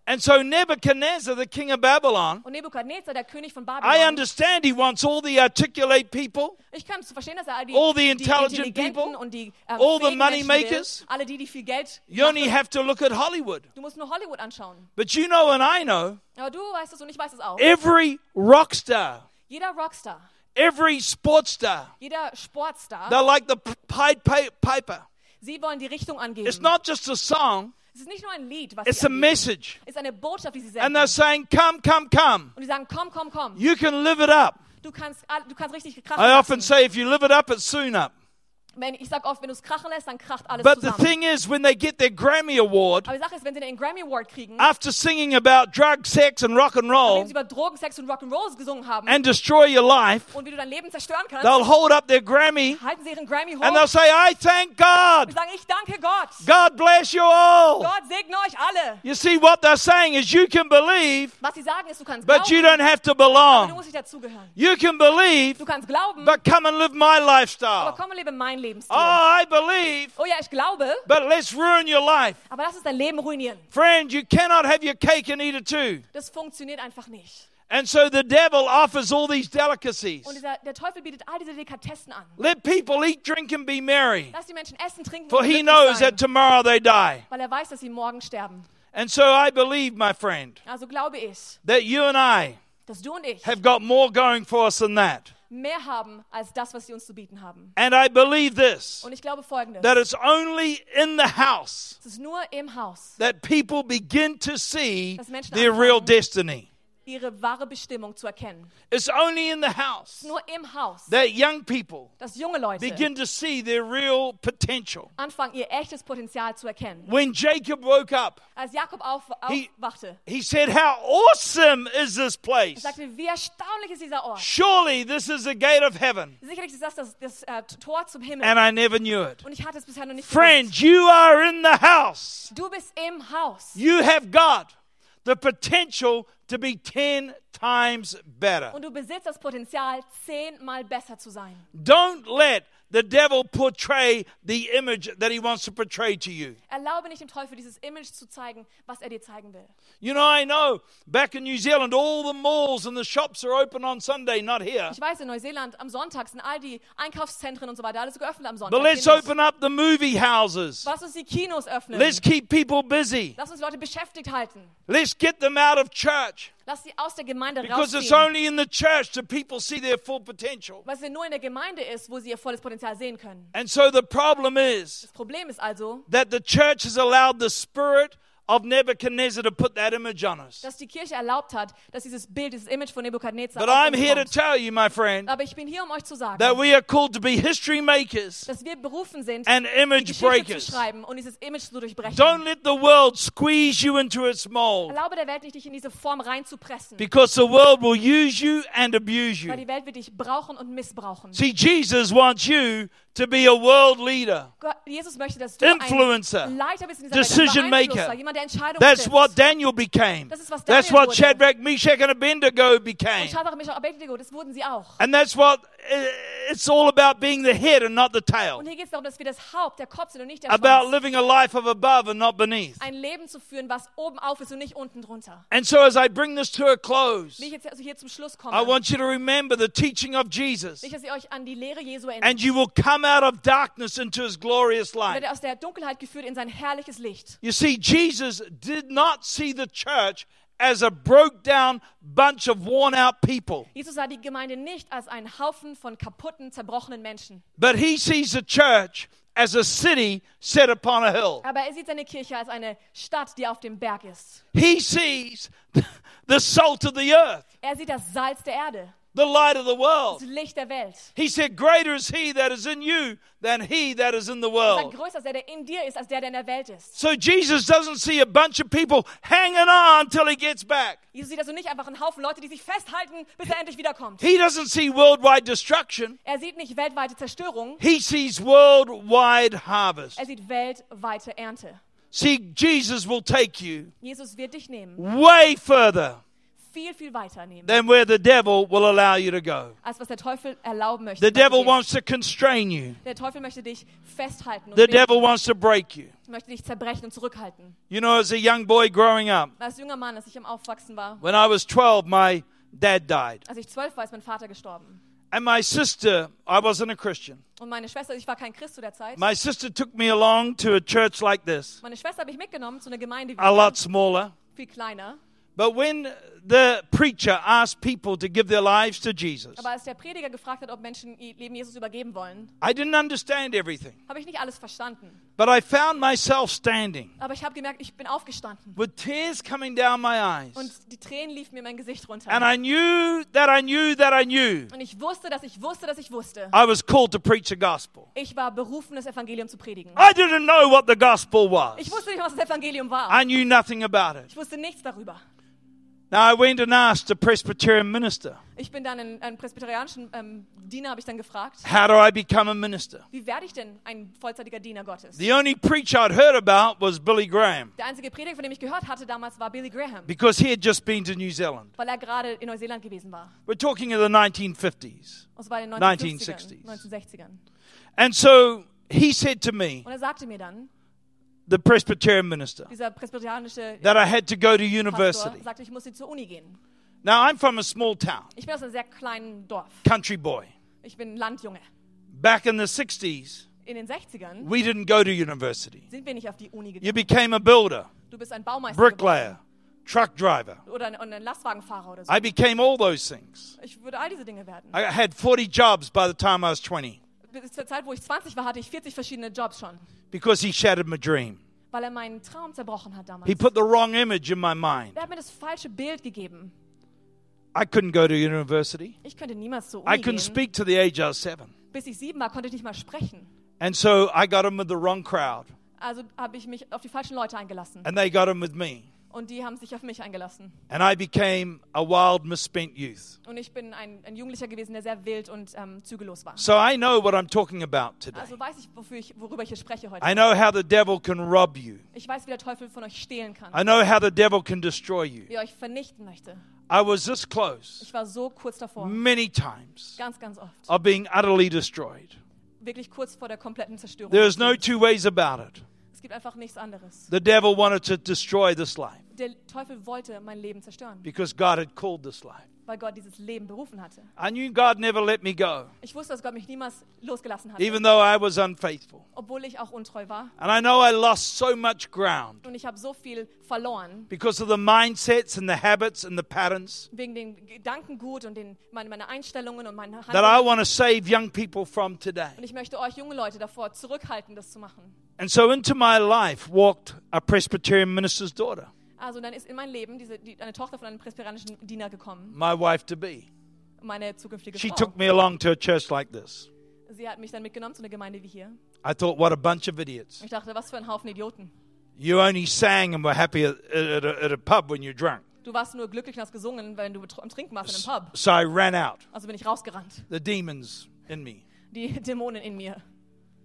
[SPEAKER 2] And so Nebuchadnezzar, the king of Babylon,
[SPEAKER 3] Und Nebukadnezar, der König von
[SPEAKER 2] I
[SPEAKER 3] Babylon,
[SPEAKER 2] understand he wants all the articulate people,
[SPEAKER 3] ich kann es verstehen, dass er all die,
[SPEAKER 2] All the
[SPEAKER 3] die
[SPEAKER 2] intelligent
[SPEAKER 3] Intelligenten
[SPEAKER 2] people,
[SPEAKER 3] und die ähm,
[SPEAKER 2] all the
[SPEAKER 3] fähigen
[SPEAKER 2] money
[SPEAKER 3] Menschen will,
[SPEAKER 2] makers.
[SPEAKER 3] alle die, die viel Geld
[SPEAKER 2] you only have to look at Hollywood.
[SPEAKER 3] Du musst nur Hollywood anschauen.
[SPEAKER 2] But you know, and I know,
[SPEAKER 3] Aber du weißt es und ich weiß es auch.
[SPEAKER 2] every rock star,
[SPEAKER 3] Jeder Rockstar,
[SPEAKER 2] every sports star,
[SPEAKER 3] jeder Sportstar,
[SPEAKER 2] they're like the P- Pied Pi- Piper.
[SPEAKER 3] sie wollen die Richtung angeben.
[SPEAKER 2] It's not just a song,
[SPEAKER 3] es ist nicht nur ein Lied, was
[SPEAKER 2] it's
[SPEAKER 3] sie
[SPEAKER 2] a
[SPEAKER 3] angeben.
[SPEAKER 2] message.
[SPEAKER 3] Es ist eine Botschaft, die sie senden.
[SPEAKER 2] And they're saying, Come, come, come.
[SPEAKER 3] und die sagen, komm, komm, komm.
[SPEAKER 2] You can live it up.
[SPEAKER 3] Du kannst, all- du kannst richtig krachen
[SPEAKER 2] I often
[SPEAKER 3] lassen.
[SPEAKER 2] say, if you live it up, it's soon up.
[SPEAKER 3] Wenn, ich sag oft, wenn du es krachen lässt, dann kracht alles
[SPEAKER 2] But the
[SPEAKER 3] zusammen.
[SPEAKER 2] thing is, when they get their Grammy Award,
[SPEAKER 3] Aber die Sache ist, wenn sie den Grammy Award kriegen,
[SPEAKER 2] after singing about drug, sex, and rock and
[SPEAKER 3] wenn
[SPEAKER 2] roll
[SPEAKER 3] sie über Drogen, Sex und Rock'n'Rolls gesungen haben
[SPEAKER 2] and destroy your life,
[SPEAKER 3] und wie du dein Leben zerstören kannst,
[SPEAKER 2] they'll hold up their Grammy
[SPEAKER 3] halten sie ihren Grammy hoch
[SPEAKER 2] and they'll
[SPEAKER 3] und
[SPEAKER 2] say, I thank God.
[SPEAKER 3] sagen, ich danke Gott.
[SPEAKER 2] God bless you all.
[SPEAKER 3] Gott segne euch alle.
[SPEAKER 2] You see, what they're saying is, you can believe,
[SPEAKER 3] Was sie sagen ist, du kannst
[SPEAKER 2] but you
[SPEAKER 3] glauben,
[SPEAKER 2] don't have to
[SPEAKER 3] aber du
[SPEAKER 2] belong.
[SPEAKER 3] musst nicht dazugehören.
[SPEAKER 2] You can believe,
[SPEAKER 3] Du kannst glauben,
[SPEAKER 2] but come and live my
[SPEAKER 3] Aber
[SPEAKER 2] lifestyle.
[SPEAKER 3] komm und lebe mein Lebensstil.
[SPEAKER 2] Oh, I believe,
[SPEAKER 3] Oh ja, ich glaube,
[SPEAKER 2] but let's ruin your life.
[SPEAKER 3] aber lass uns dein Leben ruinieren.
[SPEAKER 2] Friend, you cannot have your cake and eat it too.
[SPEAKER 3] Das funktioniert einfach nicht.
[SPEAKER 2] And so the devil offers all these delicacies.
[SPEAKER 3] Und dieser, der Teufel bietet all diese Delikatessen an.
[SPEAKER 2] Let people eat, drink, and be merry,
[SPEAKER 3] Lass die Menschen essen, trinken
[SPEAKER 2] for
[SPEAKER 3] und
[SPEAKER 2] he
[SPEAKER 3] glücklich
[SPEAKER 2] knows
[SPEAKER 3] sein,
[SPEAKER 2] that tomorrow they die.
[SPEAKER 3] weil er weiß, dass sie morgen sterben.
[SPEAKER 2] And so I believe, my friend,
[SPEAKER 3] Also glaube ich,
[SPEAKER 2] that you and I
[SPEAKER 3] dass du und ich
[SPEAKER 2] have got more going for us than that.
[SPEAKER 3] mehr haben als das, was sie uns zu bieten haben.
[SPEAKER 2] And I believe this
[SPEAKER 3] Und ich glaube Folgendes:
[SPEAKER 2] that it's only in the house
[SPEAKER 3] Es ist nur im Haus
[SPEAKER 2] that people begin to see
[SPEAKER 3] Dass Menschen
[SPEAKER 2] their real
[SPEAKER 3] anfangen.
[SPEAKER 2] destiny.
[SPEAKER 3] ihre wahre Bestimmung zu erkennen.
[SPEAKER 2] It's only in the house
[SPEAKER 3] Nur im Haus,
[SPEAKER 2] that young people
[SPEAKER 3] dass junge Leute
[SPEAKER 2] begin to see their real potential.
[SPEAKER 3] anfangen, ihr echtes Potenzial zu erkennen.
[SPEAKER 2] When Jacob woke up,
[SPEAKER 3] Als Jakob auf,
[SPEAKER 2] He-
[SPEAKER 3] aufwachte,
[SPEAKER 2] he said, How awesome is this place!
[SPEAKER 3] sagte, wie erstaunlich ist dieser Ort.
[SPEAKER 2] Surely this is the gate of heaven.
[SPEAKER 3] Sicherlich ist das das, das äh, Tor zum Himmel.
[SPEAKER 2] And I never knew it.
[SPEAKER 3] und ich hatte es bisher noch nicht
[SPEAKER 2] Friend,
[SPEAKER 3] gewusst.
[SPEAKER 2] you are in the house.
[SPEAKER 3] Du bist im Haus.
[SPEAKER 2] You have got the potential to be 10 times better.
[SPEAKER 3] Und du besitzt das Potenzial, zehnmal besser zu sein.
[SPEAKER 2] Don't let the devil portray the image that he wants to portray to you.
[SPEAKER 3] Erlaube nicht dem Teufel, dieses Image zu zeigen, was er dir zeigen will.
[SPEAKER 2] You know, I know back in New Zealand, all the malls and the shops are open on Sunday, not here.
[SPEAKER 3] Ich weiß, in Neuseeland am Sonntag sind all die Einkaufszentren und so weiter, alles geöffnet am Sonntag.
[SPEAKER 2] But let's
[SPEAKER 3] Hier nicht.
[SPEAKER 2] open up the movie houses.
[SPEAKER 3] Lass uns die Kinos öffnen.
[SPEAKER 2] Let's keep people busy.
[SPEAKER 3] Lass uns Leute beschäftigt halten.
[SPEAKER 2] Let's get them out of church.
[SPEAKER 3] Lass sie aus der Gemeinde
[SPEAKER 2] Because it's
[SPEAKER 3] rausziehen.
[SPEAKER 2] only in the church that people see their full potential.
[SPEAKER 3] Weil es ja nur in der Gemeinde ist, wo sie ihr volles Potenzial sehen können.
[SPEAKER 2] And so the problem is
[SPEAKER 3] Das Problem ist also,
[SPEAKER 2] that the church has allowed the spirit of Nebuchadnezzar to put that image on us.
[SPEAKER 3] dass die Kirche erlaubt hat, dass dieses Bild, dieses Image von Nebukadnezar
[SPEAKER 2] But
[SPEAKER 3] auf
[SPEAKER 2] I'm
[SPEAKER 3] uns
[SPEAKER 2] here to
[SPEAKER 3] kommt.
[SPEAKER 2] tell you, my friend,
[SPEAKER 3] Aber ich bin hier, um euch zu sagen,
[SPEAKER 2] that we are called to be history makers
[SPEAKER 3] dass wir berufen sind,
[SPEAKER 2] and
[SPEAKER 3] die
[SPEAKER 2] image
[SPEAKER 3] Geschichte zu
[SPEAKER 2] breakers.
[SPEAKER 3] schreiben und dieses Image zu durchbrechen.
[SPEAKER 2] Don't let the world squeeze you into its mold
[SPEAKER 3] Erlaube der Welt nicht, dich in diese Form reinzupressen,
[SPEAKER 2] because the world will use you and abuse
[SPEAKER 3] weil
[SPEAKER 2] you.
[SPEAKER 3] die Welt wird dich brauchen und missbrauchen.
[SPEAKER 2] See, Jesus wants you to be a world leader.
[SPEAKER 3] Gott- Jesus möchte, dass du
[SPEAKER 2] Influencer.
[SPEAKER 3] ein Leiter bist in dieser
[SPEAKER 2] Decision
[SPEAKER 3] Welt, ein Beeinflusser,
[SPEAKER 2] maker.
[SPEAKER 3] jemand, der Entscheidung
[SPEAKER 2] That's
[SPEAKER 3] sitzt.
[SPEAKER 2] what Daniel became.
[SPEAKER 3] Das ist, was
[SPEAKER 2] That's
[SPEAKER 3] Daniel
[SPEAKER 2] what
[SPEAKER 3] wurde.
[SPEAKER 2] Shadrach, Meshach, and Abednego
[SPEAKER 3] und
[SPEAKER 2] became.
[SPEAKER 3] Schadrach, Meshach, Abednego, das wurden sie auch.
[SPEAKER 2] And that's what uh, it's all about being the head and not the tail.
[SPEAKER 3] Und hier geht es darum, dass wir das Haupt, der Kopf sind und nicht der
[SPEAKER 2] About
[SPEAKER 3] Schwanz.
[SPEAKER 2] living a life of above and not beneath.
[SPEAKER 3] Ein Leben zu führen, was oben auf ist und nicht unten drunter.
[SPEAKER 2] And so, as I bring this to a close,
[SPEAKER 3] Wie ich jetzt also hier zum Schluss komme,
[SPEAKER 2] I want you to remember the teaching of Jesus,
[SPEAKER 3] nicht, dass ihr euch an die Lehre Jesu erinnert.
[SPEAKER 2] and you will come out of darkness into his glorious light.
[SPEAKER 3] Wird er aus der Dunkelheit geführt in sein herrliches Licht.
[SPEAKER 2] You see, Jesus did not see the church as a broke down bunch of worn out people,
[SPEAKER 3] Jesus sah die Gemeinde nicht als einen Haufen von kaputten, zerbrochenen Menschen.
[SPEAKER 2] but he sees the church as a city set upon a hill.
[SPEAKER 3] Aber er sieht seine Kirche als eine Stadt, die auf dem Berg ist.
[SPEAKER 2] He sees the salt of the earth,
[SPEAKER 3] Er sieht das Salz der Erde,
[SPEAKER 2] the light of the
[SPEAKER 3] das
[SPEAKER 2] world.
[SPEAKER 3] Licht der Welt.
[SPEAKER 2] He said, Greater is he that is in you than he that is in the
[SPEAKER 3] Er sagt,
[SPEAKER 2] world.
[SPEAKER 3] größer ist der, der in dir ist, als der, der in der Welt ist.
[SPEAKER 2] So Jesus doesn't see a bunch of people hanging on till he gets back.
[SPEAKER 3] Jesus sieht also nicht einfach einen Haufen Leute, die sich festhalten, bis er endlich wiederkommt.
[SPEAKER 2] He doesn't see worldwide destruction.
[SPEAKER 3] Er sieht nicht weltweite Zerstörung,
[SPEAKER 2] He sees worldwide harvest.
[SPEAKER 3] er sieht weltweite Ernte.
[SPEAKER 2] See, Jesus will take you
[SPEAKER 3] Jesus wird dich nehmen,
[SPEAKER 2] way further
[SPEAKER 3] viel, viel weiter nehmen,
[SPEAKER 2] than where the devil will allow you to go.
[SPEAKER 3] als was der Teufel erlauben möchte.
[SPEAKER 2] The
[SPEAKER 3] dass du
[SPEAKER 2] devil
[SPEAKER 3] gehst.
[SPEAKER 2] wants to constrain you.
[SPEAKER 3] der Teufel möchte dich festhalten und
[SPEAKER 2] The
[SPEAKER 3] binden,
[SPEAKER 2] devil wants to break you.
[SPEAKER 3] möchte dich zerbrechen und zurückhalten.
[SPEAKER 2] You know, as a young boy growing up,
[SPEAKER 3] Als junger Mann, als ich am Aufwachsen war,
[SPEAKER 2] when I was 12, my dad died.
[SPEAKER 3] als ich zwölf war, ist mein Vater gestorben.
[SPEAKER 2] And my sister, I wasn't a Christian.
[SPEAKER 3] Und meine Schwester, ich war kein Christ zu der Zeit.
[SPEAKER 2] My sister took me along to a church like this,
[SPEAKER 3] Meine Schwester habe ich mitgenommen zu einer Gemeinde,
[SPEAKER 2] a lot
[SPEAKER 3] die
[SPEAKER 2] smaller.
[SPEAKER 3] viel kleiner.
[SPEAKER 2] But when the preacher asked people to give their lives to Jesus,
[SPEAKER 3] Aber als der Prediger gefragt hat, ob Menschen ihr Leben Jesus übergeben wollen,
[SPEAKER 2] I didn't understand everything.
[SPEAKER 3] habe ich nicht alles verstanden.
[SPEAKER 2] But I found myself standing
[SPEAKER 3] Aber ich habe gemerkt, ich bin aufgestanden.
[SPEAKER 2] with tears coming down my eyes.
[SPEAKER 3] Und die Tränen liefen mir mein Gesicht runter.
[SPEAKER 2] And I knew that I knew that I knew
[SPEAKER 3] Und ich wusste, dass ich wusste, dass ich wusste.
[SPEAKER 2] I was called to preach the gospel.
[SPEAKER 3] Ich war berufen, das Evangelium zu predigen.
[SPEAKER 2] I didn't know what the gospel was.
[SPEAKER 3] Ich wusste nicht, was das Evangelium war.
[SPEAKER 2] I knew nothing about it.
[SPEAKER 3] Ich wusste nichts darüber.
[SPEAKER 2] Now I went and asked a Presbyterian minister,
[SPEAKER 3] Ich bin dann in einen presbyterianischen ähm, Diener, habe ich dann gefragt,
[SPEAKER 2] how do I become a minister?
[SPEAKER 3] wie werde ich denn ein vollzeitiger Diener Gottes?
[SPEAKER 2] The only preacher I'd heard about was Billy Graham
[SPEAKER 3] Der einzige Prediger, von dem ich gehört hatte damals, war Billy Graham,
[SPEAKER 2] because he had just been to New Zealand.
[SPEAKER 3] weil er gerade in Neuseeland gewesen war.
[SPEAKER 2] We're talking of the 1950s.
[SPEAKER 3] Und es war in den 1950ern,
[SPEAKER 2] 1960s.
[SPEAKER 3] 1960ern.
[SPEAKER 2] And so he said to me,
[SPEAKER 3] Und er sagte mir dann,
[SPEAKER 2] the Presbyterian minister,
[SPEAKER 3] dieser presbyterianische
[SPEAKER 2] that I had to go to
[SPEAKER 3] Pastor
[SPEAKER 2] university.
[SPEAKER 3] sagte, ich musste zur Uni gehen.
[SPEAKER 2] Now I'm from a small town,
[SPEAKER 3] Ich bin aus einem sehr kleinen Dorf.
[SPEAKER 2] country boy.
[SPEAKER 3] Ich bin Landjunge.
[SPEAKER 2] Back in the 60s,
[SPEAKER 3] In den 60ern
[SPEAKER 2] we didn't go to university.
[SPEAKER 3] sind wir nicht auf die Uni
[SPEAKER 2] You
[SPEAKER 3] gegangen.
[SPEAKER 2] became a builder,
[SPEAKER 3] Du bist ein Baumeister
[SPEAKER 2] bricklayer, truck driver.
[SPEAKER 3] geworden. oder ein, und ein Lastwagenfahrer oder so.
[SPEAKER 2] I became all those things.
[SPEAKER 3] Ich würde all diese Dinge werden.
[SPEAKER 2] I had 40 jobs by the time I was 20
[SPEAKER 3] Bis zur Zeit, wo ich 20 war, hatte ich 40 verschiedene Jobs schon,
[SPEAKER 2] because he shattered my dream.
[SPEAKER 3] weil er meinen Traum zerbrochen hat damals.
[SPEAKER 2] He put the wrong image in my mind.
[SPEAKER 3] Er hat mir das falsche Bild gegeben.
[SPEAKER 2] I couldn't go to university.
[SPEAKER 3] Ich könnte niemals zur Uni
[SPEAKER 2] I couldn't
[SPEAKER 3] gehen.
[SPEAKER 2] speak to the age I was seven.
[SPEAKER 3] Bis ich sieben war, konnte ich nicht mal sprechen.
[SPEAKER 2] And so I got him with the wrong crowd,
[SPEAKER 3] Also habe ich mich auf die falschen Leute eingelassen.
[SPEAKER 2] and they got him with me.
[SPEAKER 3] Und die haben sich auf mich eingelassen.
[SPEAKER 2] And I became a wild, misspent youth.
[SPEAKER 3] Und ich bin ein, ein Jugendlicher gewesen, der sehr wild und ähm, zügellos war.
[SPEAKER 2] So I know what I'm talking about today.
[SPEAKER 3] Also weiß ich, wofür ich, worüber ich hier spreche heute.
[SPEAKER 2] I know how the devil can rob you.
[SPEAKER 3] Ich weiß, wie der Teufel von euch stehlen kann,
[SPEAKER 2] I know how the devil can destroy you.
[SPEAKER 3] wie er euch vernichten möchte.
[SPEAKER 2] I was this close
[SPEAKER 3] Ich war so kurz davor,
[SPEAKER 2] many times
[SPEAKER 3] ganz, ganz oft,
[SPEAKER 2] of being utterly destroyed.
[SPEAKER 3] wirklich kurz vor der kompletten Zerstörung.
[SPEAKER 2] There is no two ways about it.
[SPEAKER 3] es gibt einfach nichts anderes.
[SPEAKER 2] The devil wanted to destroy this life
[SPEAKER 3] Der Teufel wollte mein Leben zerstören,
[SPEAKER 2] because God had called this life.
[SPEAKER 3] weil Gott dieses Leben berufen hatte.
[SPEAKER 2] I knew God never let me go,
[SPEAKER 3] Ich wusste, dass Gott mich niemals losgelassen hat,
[SPEAKER 2] even though I was unfaithful.
[SPEAKER 3] obwohl ich auch untreu war.
[SPEAKER 2] And I know I lost so much ground
[SPEAKER 3] Und ich habe so viel verloren
[SPEAKER 2] because of the mindsets and the habits and the patterns
[SPEAKER 3] wegen den Gedankengut und den, meine, meine Einstellungen und meinen
[SPEAKER 2] that I
[SPEAKER 3] Handlungen.
[SPEAKER 2] want to save young people from today.
[SPEAKER 3] Und ich möchte euch junge Leute davor zurückhalten, das zu machen.
[SPEAKER 2] And so into my life walked a Presbyterian minister's daughter,
[SPEAKER 3] Also dann ist in mein Leben diese, die, eine Tochter von einem presbyterianischen Diener gekommen,
[SPEAKER 2] my wife to be.
[SPEAKER 3] meine zukünftige
[SPEAKER 2] She
[SPEAKER 3] Frau.
[SPEAKER 2] took me along to a church like this.
[SPEAKER 3] Sie hat mich dann mitgenommen zu einer Gemeinde wie hier.
[SPEAKER 2] I thought, what a bunch of idiots.
[SPEAKER 3] Ich dachte, was für ein Haufen Idioten.
[SPEAKER 2] You only sang and were happy at, at, a, at a pub when you're drunk.
[SPEAKER 3] Du warst nur glücklich und hast gesungen, wenn du betr- am Trinken warst in einem Pub.
[SPEAKER 2] So I ran out,
[SPEAKER 3] Also bin ich rausgerannt.
[SPEAKER 2] the demons in me.
[SPEAKER 3] Die Dämonen in mir.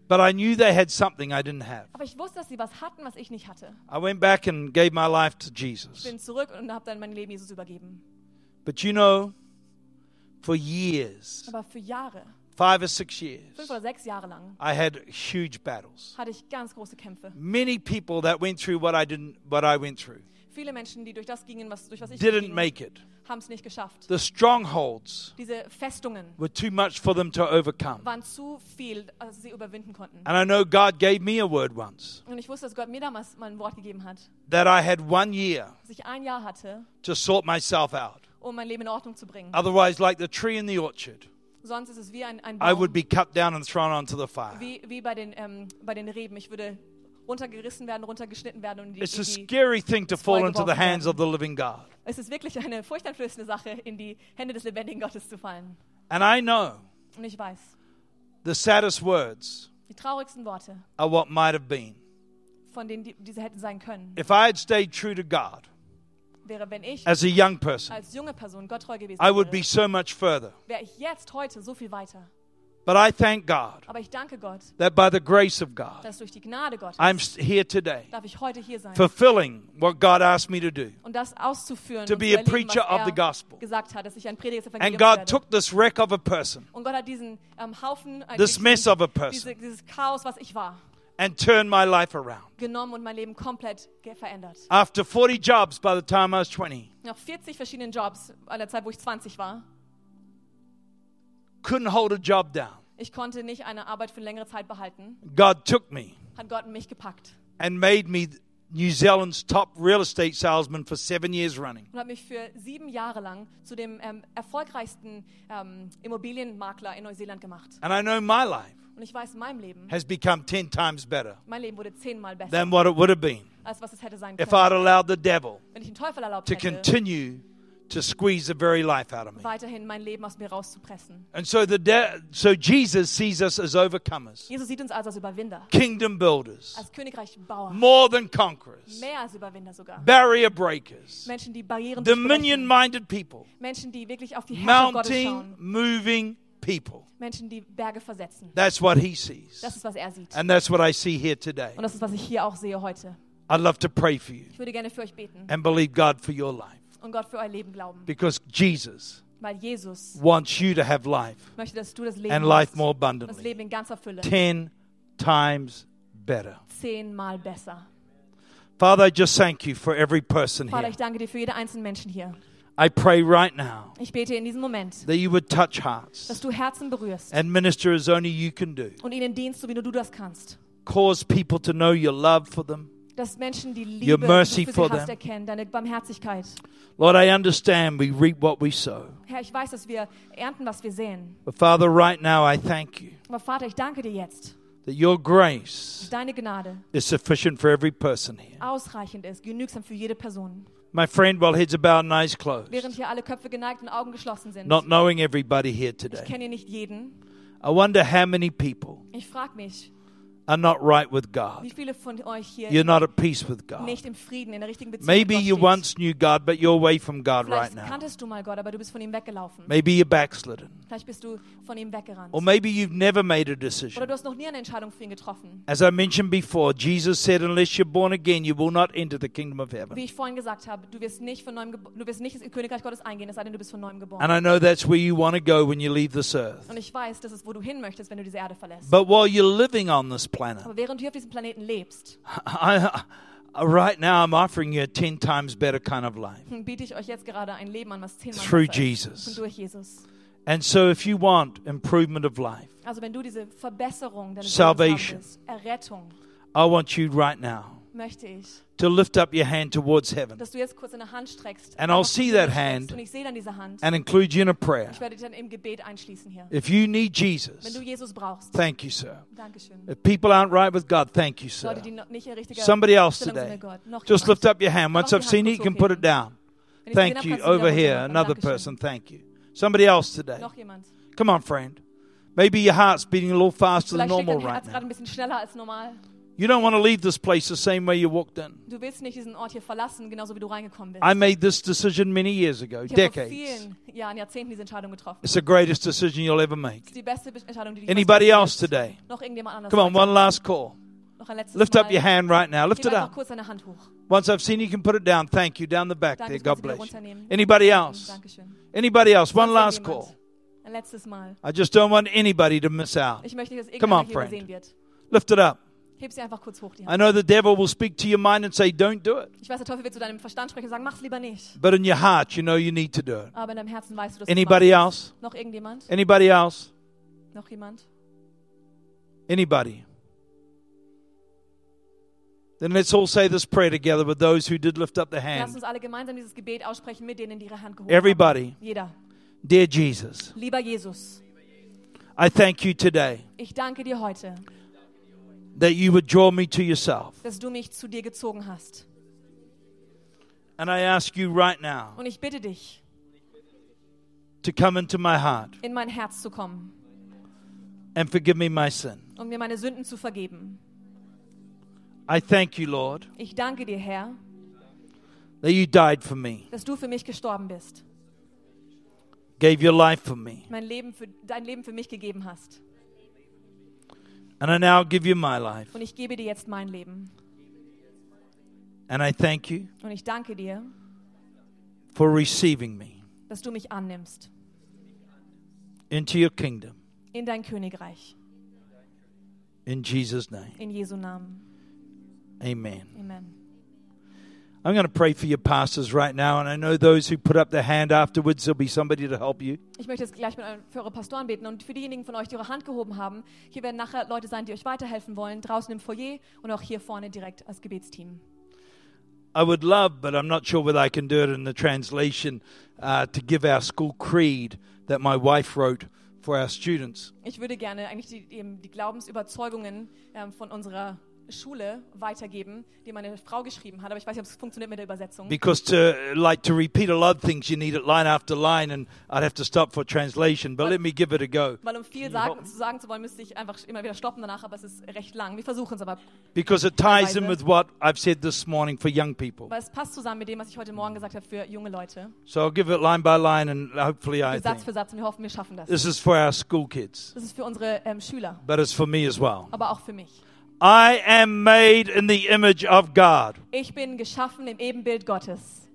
[SPEAKER 2] But I knew they had something I didn't have.
[SPEAKER 3] Aber ich wusste, dass sie was hatten, was ich nicht hatte.
[SPEAKER 2] I went back and gave my life to
[SPEAKER 3] Ich
[SPEAKER 2] Jesus.
[SPEAKER 3] bin zurück und habe dann mein Leben Jesus übergeben.
[SPEAKER 2] But you know, for years,
[SPEAKER 3] Aber für Jahre,
[SPEAKER 2] five or six years,
[SPEAKER 3] fünf oder sechs Jahre lang,
[SPEAKER 2] I had huge battles.
[SPEAKER 3] hatte ich ganz große Kämpfe.
[SPEAKER 2] Many people that went through what I didn't, what I went through,
[SPEAKER 3] Viele Menschen, die durch das gingen, was, durch was ich
[SPEAKER 2] didn't
[SPEAKER 3] ging,
[SPEAKER 2] make it.
[SPEAKER 3] haben es nicht geschafft.
[SPEAKER 2] The strongholds
[SPEAKER 3] Diese Festungen
[SPEAKER 2] were too much for them to overcome.
[SPEAKER 3] waren zu viel, als sie überwinden konnten.
[SPEAKER 2] And I know God gave me a word once
[SPEAKER 3] Und ich wusste, dass Gott mir damals mal ein Wort gegeben hat,
[SPEAKER 2] that I had one year
[SPEAKER 3] dass ich ein Jahr hatte,
[SPEAKER 2] to sort myself out.
[SPEAKER 3] um mein Leben in Ordnung zu bringen.
[SPEAKER 2] Otherwise, like the tree in the orchard,
[SPEAKER 3] Sonst ist es wie ein, ein
[SPEAKER 2] I
[SPEAKER 3] Baum,
[SPEAKER 2] would be cut down and thrown onto the fire.
[SPEAKER 3] wie, wie bei, den, ähm, bei den Reben. Ich würde runtergerissen werden, runtergeschnitten werden. Und in die,
[SPEAKER 2] It's a
[SPEAKER 3] in die,
[SPEAKER 2] scary thing to fall into the
[SPEAKER 3] vorgeworfen
[SPEAKER 2] hands
[SPEAKER 3] werden.
[SPEAKER 2] of the living God.
[SPEAKER 3] es ist wirklich eine furchteinflößende Sache, in die Hände des lebendigen Gottes zu fallen.
[SPEAKER 2] And I know
[SPEAKER 3] Und ich weiß,
[SPEAKER 2] the saddest words
[SPEAKER 3] die traurigsten Worte,
[SPEAKER 2] are what might have been.
[SPEAKER 3] von denen die, diese hätten sein können,
[SPEAKER 2] If I had stayed true to God
[SPEAKER 3] wäre, wenn ich
[SPEAKER 2] as a young person,
[SPEAKER 3] als junge Person Gott treu gewesen
[SPEAKER 2] I would
[SPEAKER 3] wäre,
[SPEAKER 2] be so much further.
[SPEAKER 3] wäre ich jetzt heute so viel weiter.
[SPEAKER 2] But I thank God
[SPEAKER 3] Aber ich danke Gott,
[SPEAKER 2] that by the grace of God,
[SPEAKER 3] dass durch die Gnade Gottes
[SPEAKER 2] I'm s- here today
[SPEAKER 3] darf ich heute hier sein
[SPEAKER 2] fulfilling what God asked me to do.
[SPEAKER 3] und das auszuführen,
[SPEAKER 2] to
[SPEAKER 3] und
[SPEAKER 2] be
[SPEAKER 3] zu
[SPEAKER 2] a
[SPEAKER 3] erleben,
[SPEAKER 2] preacher
[SPEAKER 3] was
[SPEAKER 2] of the
[SPEAKER 3] er
[SPEAKER 2] gospel.
[SPEAKER 3] gesagt hat, dass ich ein Prediger des
[SPEAKER 2] And
[SPEAKER 3] Evangeliums
[SPEAKER 2] God
[SPEAKER 3] werde.
[SPEAKER 2] took this wreck of a person
[SPEAKER 3] und Gott hat diesen ähm, Haufen, äh,
[SPEAKER 2] This
[SPEAKER 3] diesen-
[SPEAKER 2] mess of a person.
[SPEAKER 3] Diese, dieses Chaos, was ich war,
[SPEAKER 2] and turned my life around.
[SPEAKER 3] genommen und mein Leben komplett ge- verändert.
[SPEAKER 2] After 40 jobs by the time I was 20,
[SPEAKER 3] Nach 40 verschiedenen Jobs, an der Zeit, wo ich 20 war,
[SPEAKER 2] couldn't hold a job down.
[SPEAKER 3] ich konnte nicht eine Arbeit für längere Zeit behalten,
[SPEAKER 2] God took me
[SPEAKER 3] hat Gott mich gepackt
[SPEAKER 2] and made me New Zealand's top real estate salesman for seven years running.
[SPEAKER 3] und hat mich für sieben Jahre lang zu dem ähm, erfolgreichsten ähm, Immobilienmakler in Neuseeland gemacht.
[SPEAKER 2] And I know my life
[SPEAKER 3] Und ich weiß, in meinem Leben,
[SPEAKER 2] has become 10 times better
[SPEAKER 3] mein Leben wurde zehnmal besser,
[SPEAKER 2] than what it would have been
[SPEAKER 3] als was es hätte sein
[SPEAKER 2] if I'd
[SPEAKER 3] können,
[SPEAKER 2] allowed the devil
[SPEAKER 3] wenn ich den Teufel erlaubt
[SPEAKER 2] to
[SPEAKER 3] hätte,
[SPEAKER 2] continue to squeeze the very life out of me.
[SPEAKER 3] weiterhin mein Leben aus mir rauszupressen.
[SPEAKER 2] And so the de- so Jesus sees us as overcomers,
[SPEAKER 3] Jesus sieht uns also als Überwinder,
[SPEAKER 2] kingdom builders,
[SPEAKER 3] als Königreichbauer,
[SPEAKER 2] more than conquerors,
[SPEAKER 3] mehr als Überwinder sogar.
[SPEAKER 2] barrier breakers,
[SPEAKER 3] Menschen, die Barrieren
[SPEAKER 2] dominion
[SPEAKER 3] durchbrechen,
[SPEAKER 2] minded people,
[SPEAKER 3] Menschen, die wirklich auf die Herrschaft Gottes
[SPEAKER 2] mountain
[SPEAKER 3] schauen,
[SPEAKER 2] moving people.
[SPEAKER 3] Menschen, die Berge versetzen.
[SPEAKER 2] That's what he sees.
[SPEAKER 3] Das ist, was er sieht.
[SPEAKER 2] And that's what I see here today.
[SPEAKER 3] Und das ist, was ich hier auch sehe heute.
[SPEAKER 2] I'd love to pray for you
[SPEAKER 3] Ich würde gerne für euch beten
[SPEAKER 2] and believe God for your life
[SPEAKER 3] und Gott für euer Leben glauben,
[SPEAKER 2] because Jesus
[SPEAKER 3] weil Jesus
[SPEAKER 2] wants you to have life
[SPEAKER 3] möchte, dass du das Leben
[SPEAKER 2] and life
[SPEAKER 3] hast.
[SPEAKER 2] more
[SPEAKER 3] Und das Leben
[SPEAKER 2] abundantly.
[SPEAKER 3] in ganzer Fülle.
[SPEAKER 2] 10 times better.
[SPEAKER 3] Zehnmal besser.
[SPEAKER 2] Father, I just thank you for every person
[SPEAKER 3] Vater,
[SPEAKER 2] here.
[SPEAKER 3] ich danke dir für jeden einzelnen Menschen hier.
[SPEAKER 2] I pray right now
[SPEAKER 3] Ich bete in diesem Moment,
[SPEAKER 2] that you would touch
[SPEAKER 3] dass
[SPEAKER 2] hearts
[SPEAKER 3] du Herzen berührst
[SPEAKER 2] and minister as only you can do.
[SPEAKER 3] und ihnen dienst, so wie nur du das kannst.
[SPEAKER 2] Cause people to know your love for them.
[SPEAKER 3] Dass Menschen die
[SPEAKER 2] Your
[SPEAKER 3] Liebe, die du
[SPEAKER 2] mercy
[SPEAKER 3] für
[SPEAKER 2] for
[SPEAKER 3] sie hast,
[SPEAKER 2] them.
[SPEAKER 3] erkennen, deine Barmherzigkeit.
[SPEAKER 2] Lord, I understand we reap what we sow.
[SPEAKER 3] Herr, ich weiß, dass wir ernten, was wir sehen.
[SPEAKER 2] But Father, right now I thank you
[SPEAKER 3] Aber Vater, ich danke dir jetzt,
[SPEAKER 2] that your grace
[SPEAKER 3] dass deine Gnade
[SPEAKER 2] is sufficient for every person here.
[SPEAKER 3] ausreichend ist, genügsam für jede Person.
[SPEAKER 2] My friend, while heads are bowed and eyes closed,
[SPEAKER 3] Während hier alle Köpfe geneigt und Augen geschlossen sind.
[SPEAKER 2] not knowing everybody here
[SPEAKER 3] Ich
[SPEAKER 2] today,
[SPEAKER 3] kenne hier nicht jeden.
[SPEAKER 2] I wonder how many people
[SPEAKER 3] Ich frage mich,
[SPEAKER 2] are not right with
[SPEAKER 3] wie
[SPEAKER 2] God.
[SPEAKER 3] viele von euch
[SPEAKER 2] You're
[SPEAKER 3] hier
[SPEAKER 2] not at peace with God.
[SPEAKER 3] nicht im Frieden, in der richtigen Beziehung
[SPEAKER 2] Maybe
[SPEAKER 3] mit
[SPEAKER 2] you
[SPEAKER 3] Gott steht.
[SPEAKER 2] once knew God, but you're away from God right
[SPEAKER 3] Vielleicht
[SPEAKER 2] now.
[SPEAKER 3] kanntest du mal Gott, aber du bist von ihm weggelaufen.
[SPEAKER 2] Maybe you're backslidden.
[SPEAKER 3] Vielleicht bist du von ihm weggerannt.
[SPEAKER 2] Or maybe you've never made a
[SPEAKER 3] Oder du
[SPEAKER 2] decision.
[SPEAKER 3] hast noch nie eine Entscheidung für ihn getroffen.
[SPEAKER 2] As I mentioned before, Jesus said, Unless you're born again, you will not enter the kingdom of
[SPEAKER 3] Wie
[SPEAKER 2] heaven.
[SPEAKER 3] ich vorhin gesagt habe, du wirst nicht von neuem gebo- du wirst nicht ins Königreich Gottes eingehen, es sei denn, du bist von neuem geboren.
[SPEAKER 2] And I know that's where you want to go when you leave this earth.
[SPEAKER 3] Und ich weiß, das ist, wo du hin möchtest, wenn du diese Erde verlässt.
[SPEAKER 2] But while you're living on this planet,
[SPEAKER 3] Aber während du hier auf diesem Planeten lebst,
[SPEAKER 2] I, I- right now I'm offering you a 10 times better kind of life.
[SPEAKER 3] biete ich euch jetzt gerade ein Leben an, was zehnmal
[SPEAKER 2] Through
[SPEAKER 3] besser ist.
[SPEAKER 2] Jesus.
[SPEAKER 3] Und durch Jesus.
[SPEAKER 2] And so, if you want improvement of life,
[SPEAKER 3] Also wenn du diese Verbesserung deines
[SPEAKER 2] Salvation.
[SPEAKER 3] Lebens haben willst, Errettung,
[SPEAKER 2] I want you right now
[SPEAKER 3] möchte ich,
[SPEAKER 2] to lift up your hand towards heaven
[SPEAKER 3] dass du jetzt kurz deine Hand streckst.
[SPEAKER 2] And
[SPEAKER 3] einfach
[SPEAKER 2] I'll see
[SPEAKER 3] zu mir
[SPEAKER 2] that
[SPEAKER 3] streckst.
[SPEAKER 2] hand.
[SPEAKER 3] Und ich sehe dann diese Hand.
[SPEAKER 2] and include you in a prayer.
[SPEAKER 3] Ich werde dich dann im Gebet einschließen hier.
[SPEAKER 2] If you need
[SPEAKER 3] Wenn
[SPEAKER 2] Jesus,
[SPEAKER 3] du Jesus brauchst.
[SPEAKER 2] thank you, sir.
[SPEAKER 3] Dankeschön.
[SPEAKER 2] If people aren't right with God, thank you, sir.
[SPEAKER 3] Leute, die noch nicht ihr richtiger
[SPEAKER 2] uh, Somebody else
[SPEAKER 3] Stellung sind
[SPEAKER 2] today,
[SPEAKER 3] mit Gott. Noch
[SPEAKER 2] just
[SPEAKER 3] jemand.
[SPEAKER 2] lift up your hand. Once
[SPEAKER 3] Einfach
[SPEAKER 2] I've
[SPEAKER 3] die
[SPEAKER 2] seen it,
[SPEAKER 3] Hand
[SPEAKER 2] you
[SPEAKER 3] kurz
[SPEAKER 2] can put it
[SPEAKER 3] hochheben.
[SPEAKER 2] down.
[SPEAKER 3] Wenn ich's
[SPEAKER 2] Thank
[SPEAKER 3] gesehen
[SPEAKER 2] you.
[SPEAKER 3] hab, kannst du
[SPEAKER 2] Over
[SPEAKER 3] wieder
[SPEAKER 2] here,
[SPEAKER 3] runtermachen.
[SPEAKER 2] another
[SPEAKER 3] Dankeschön.
[SPEAKER 2] person. Thank you. Somebody else today.
[SPEAKER 3] Noch jemand.
[SPEAKER 2] Come on, friend. Maybe your heart's beating a little faster than
[SPEAKER 3] Vielleicht schlägt
[SPEAKER 2] normal
[SPEAKER 3] dein
[SPEAKER 2] right
[SPEAKER 3] Herz gerade
[SPEAKER 2] now.
[SPEAKER 3] ein bisschen schneller als normal.
[SPEAKER 2] You don't want to leave this place the same way you walked in.
[SPEAKER 3] Du willst nicht diesen Ort hier verlassen, genauso wie du reingekommen bist.
[SPEAKER 2] I made this decision many years ago,
[SPEAKER 3] ich habe vor
[SPEAKER 2] decades.
[SPEAKER 3] vielen Jahren, Jahrzehnten diese Entscheidung getroffen.
[SPEAKER 2] It's the greatest decision you'll ever make.
[SPEAKER 3] Das ist die beste Be- Entscheidung, die du
[SPEAKER 2] Anybody else today?
[SPEAKER 3] Noch irgendjemand anders.
[SPEAKER 2] Come on, one last call.
[SPEAKER 3] Noch ein letztes
[SPEAKER 2] Lift
[SPEAKER 3] Mal.
[SPEAKER 2] up your hand right now. Lift
[SPEAKER 3] Heb
[SPEAKER 2] it
[SPEAKER 3] einfach
[SPEAKER 2] up.
[SPEAKER 3] kurz deine Hand hoch.
[SPEAKER 2] Once I've seen you, you can put it down. Thank you. Down the back
[SPEAKER 3] Danke,
[SPEAKER 2] there.
[SPEAKER 3] ich kann
[SPEAKER 2] God
[SPEAKER 3] sie wieder
[SPEAKER 2] bless you.
[SPEAKER 3] runternehmen.
[SPEAKER 2] Anybody else?
[SPEAKER 3] Dankeschön.
[SPEAKER 2] Anybody else? One
[SPEAKER 3] Sonst
[SPEAKER 2] last
[SPEAKER 3] irgendjemand?
[SPEAKER 2] call.
[SPEAKER 3] Ein letztes Mal.
[SPEAKER 2] I just don't want anybody to miss out.
[SPEAKER 3] Ich möchte nicht, dass
[SPEAKER 2] Come on,
[SPEAKER 3] irgendjemand hier
[SPEAKER 2] friend.
[SPEAKER 3] übersehen wird.
[SPEAKER 2] Lift it up.
[SPEAKER 3] Heb sie einfach kurz hoch, die
[SPEAKER 2] I
[SPEAKER 3] Hand.
[SPEAKER 2] know the devil will speak to your mind and say, don't do it.
[SPEAKER 3] Ich weiß, der Teufel wird zu deinem Verstand sprechen und sagen, mach's lieber nicht.
[SPEAKER 2] But in your heart, you know you need to do it.
[SPEAKER 3] Aber in deinem Herzen weißt du, dass
[SPEAKER 2] Anybody
[SPEAKER 3] du
[SPEAKER 2] else?
[SPEAKER 3] Noch irgendjemand?
[SPEAKER 2] Anybody else?
[SPEAKER 3] Noch jemand?
[SPEAKER 2] Anybody? Then let's all say this prayer together with those who did lift up their
[SPEAKER 3] Lass
[SPEAKER 2] hand.
[SPEAKER 3] uns alle gemeinsam dieses Gebet aussprechen mit denen, die ihre Hand gehoben
[SPEAKER 2] Everybody,
[SPEAKER 3] haben. Jeder.
[SPEAKER 2] dear Jesus,
[SPEAKER 3] Lieber Jesus,
[SPEAKER 2] I thank you today
[SPEAKER 3] ich danke dir heute,
[SPEAKER 2] that you would draw me to yourself.
[SPEAKER 3] dass du mich zu dir gezogen hast.
[SPEAKER 2] And I ask you right now
[SPEAKER 3] Und ich bitte dich,
[SPEAKER 2] to come into my heart
[SPEAKER 3] in mein Herz zu kommen
[SPEAKER 2] and forgive me my sin.
[SPEAKER 3] und mir meine Sünden zu vergeben.
[SPEAKER 2] I thank you, Lord,
[SPEAKER 3] Ich danke dir, Herr,
[SPEAKER 2] that you died for me,
[SPEAKER 3] dass du für mich gestorben bist,
[SPEAKER 2] gave your life for me,
[SPEAKER 3] mein Leben für, dein Leben für mich gegeben hast.
[SPEAKER 2] and I now give you my life.
[SPEAKER 3] Und ich gebe dir jetzt mein Leben.
[SPEAKER 2] And I thank you
[SPEAKER 3] Und ich danke dir,
[SPEAKER 2] for receiving me
[SPEAKER 3] dass du mich annimmst
[SPEAKER 2] into your kingdom.
[SPEAKER 3] in dein Königreich.
[SPEAKER 2] In Jesus' name,
[SPEAKER 3] In Jesu Namen.
[SPEAKER 2] amen.
[SPEAKER 3] Amen.
[SPEAKER 2] I'm going to pray for your pastors right now, and I know those who put up their hand afterwards, there'll be somebody to help you.
[SPEAKER 3] Ich möchte jetzt gleich mit eu- für eure Pastoren beten und für diejenigen von euch, die eure Hand gehoben haben. Hier werden nachher Leute sein, die euch weiterhelfen wollen, draußen im Foyer und auch hier vorne direkt als Gebetsteam.
[SPEAKER 2] I would love, but I'm not sure whether I can do it in the translation, uh, to give our school creed that my wife wrote for our students.
[SPEAKER 3] Ich würde gerne eigentlich die, eben die Glaubensüberzeugungen ähm, von unserer Schule weitergeben, die meine Frau geschrieben hat, aber ich weiß nicht, ob es funktioniert mit der Übersetzung.
[SPEAKER 2] Because to like to repeat a lot of things, you need it line after line, and I'd have to stop for translation. But let me give it a go.
[SPEAKER 3] Weil um viel sagen, zu sagen zu wollen, müsste ich einfach immer wieder stoppen danach, aber es ist recht lang. Wir versuchen es aber,
[SPEAKER 2] Because it ties in with what I've said this morning for young people.
[SPEAKER 3] weil es passt zusammen mit dem, was ich heute Morgen gesagt habe für junge Leute.
[SPEAKER 2] So I'll give it line by line, and hopefully I
[SPEAKER 3] Für Satz
[SPEAKER 2] think.
[SPEAKER 3] für Satz und wir hoffen, wir schaffen das.
[SPEAKER 2] This is for our school kids,
[SPEAKER 3] Das ist für unsere ähm, Schüler,
[SPEAKER 2] but it's for me as well.
[SPEAKER 3] aber auch für mich.
[SPEAKER 2] I am made in the image of God.
[SPEAKER 3] Ich bin geschaffen im Ebenbild Gottes.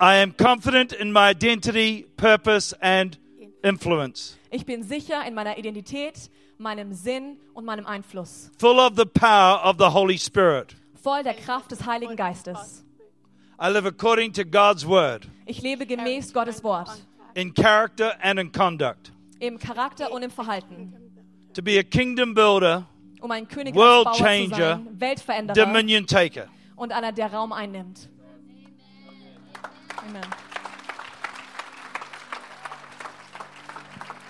[SPEAKER 2] I am confident in my identity, purpose, and influence,
[SPEAKER 3] Ich bin sicher in meiner Identität, meinem Sinn und meinem Einfluss.
[SPEAKER 2] full of the power of the Holy Spirit.
[SPEAKER 3] Voll der Kraft des Heiligen Geistes.
[SPEAKER 2] I live according to God's word,
[SPEAKER 3] Ich lebe gemäß Gottes Wort.
[SPEAKER 2] in character and in conduct,
[SPEAKER 3] Im Charakter und im Verhalten.
[SPEAKER 2] to be a kingdom builder,
[SPEAKER 3] Um ein
[SPEAKER 2] World
[SPEAKER 3] Königreichsbauer zu
[SPEAKER 2] changer,
[SPEAKER 3] sein, Weltveränderer
[SPEAKER 2] dominion taker.
[SPEAKER 3] und einer, der Raum einnimmt. Amen.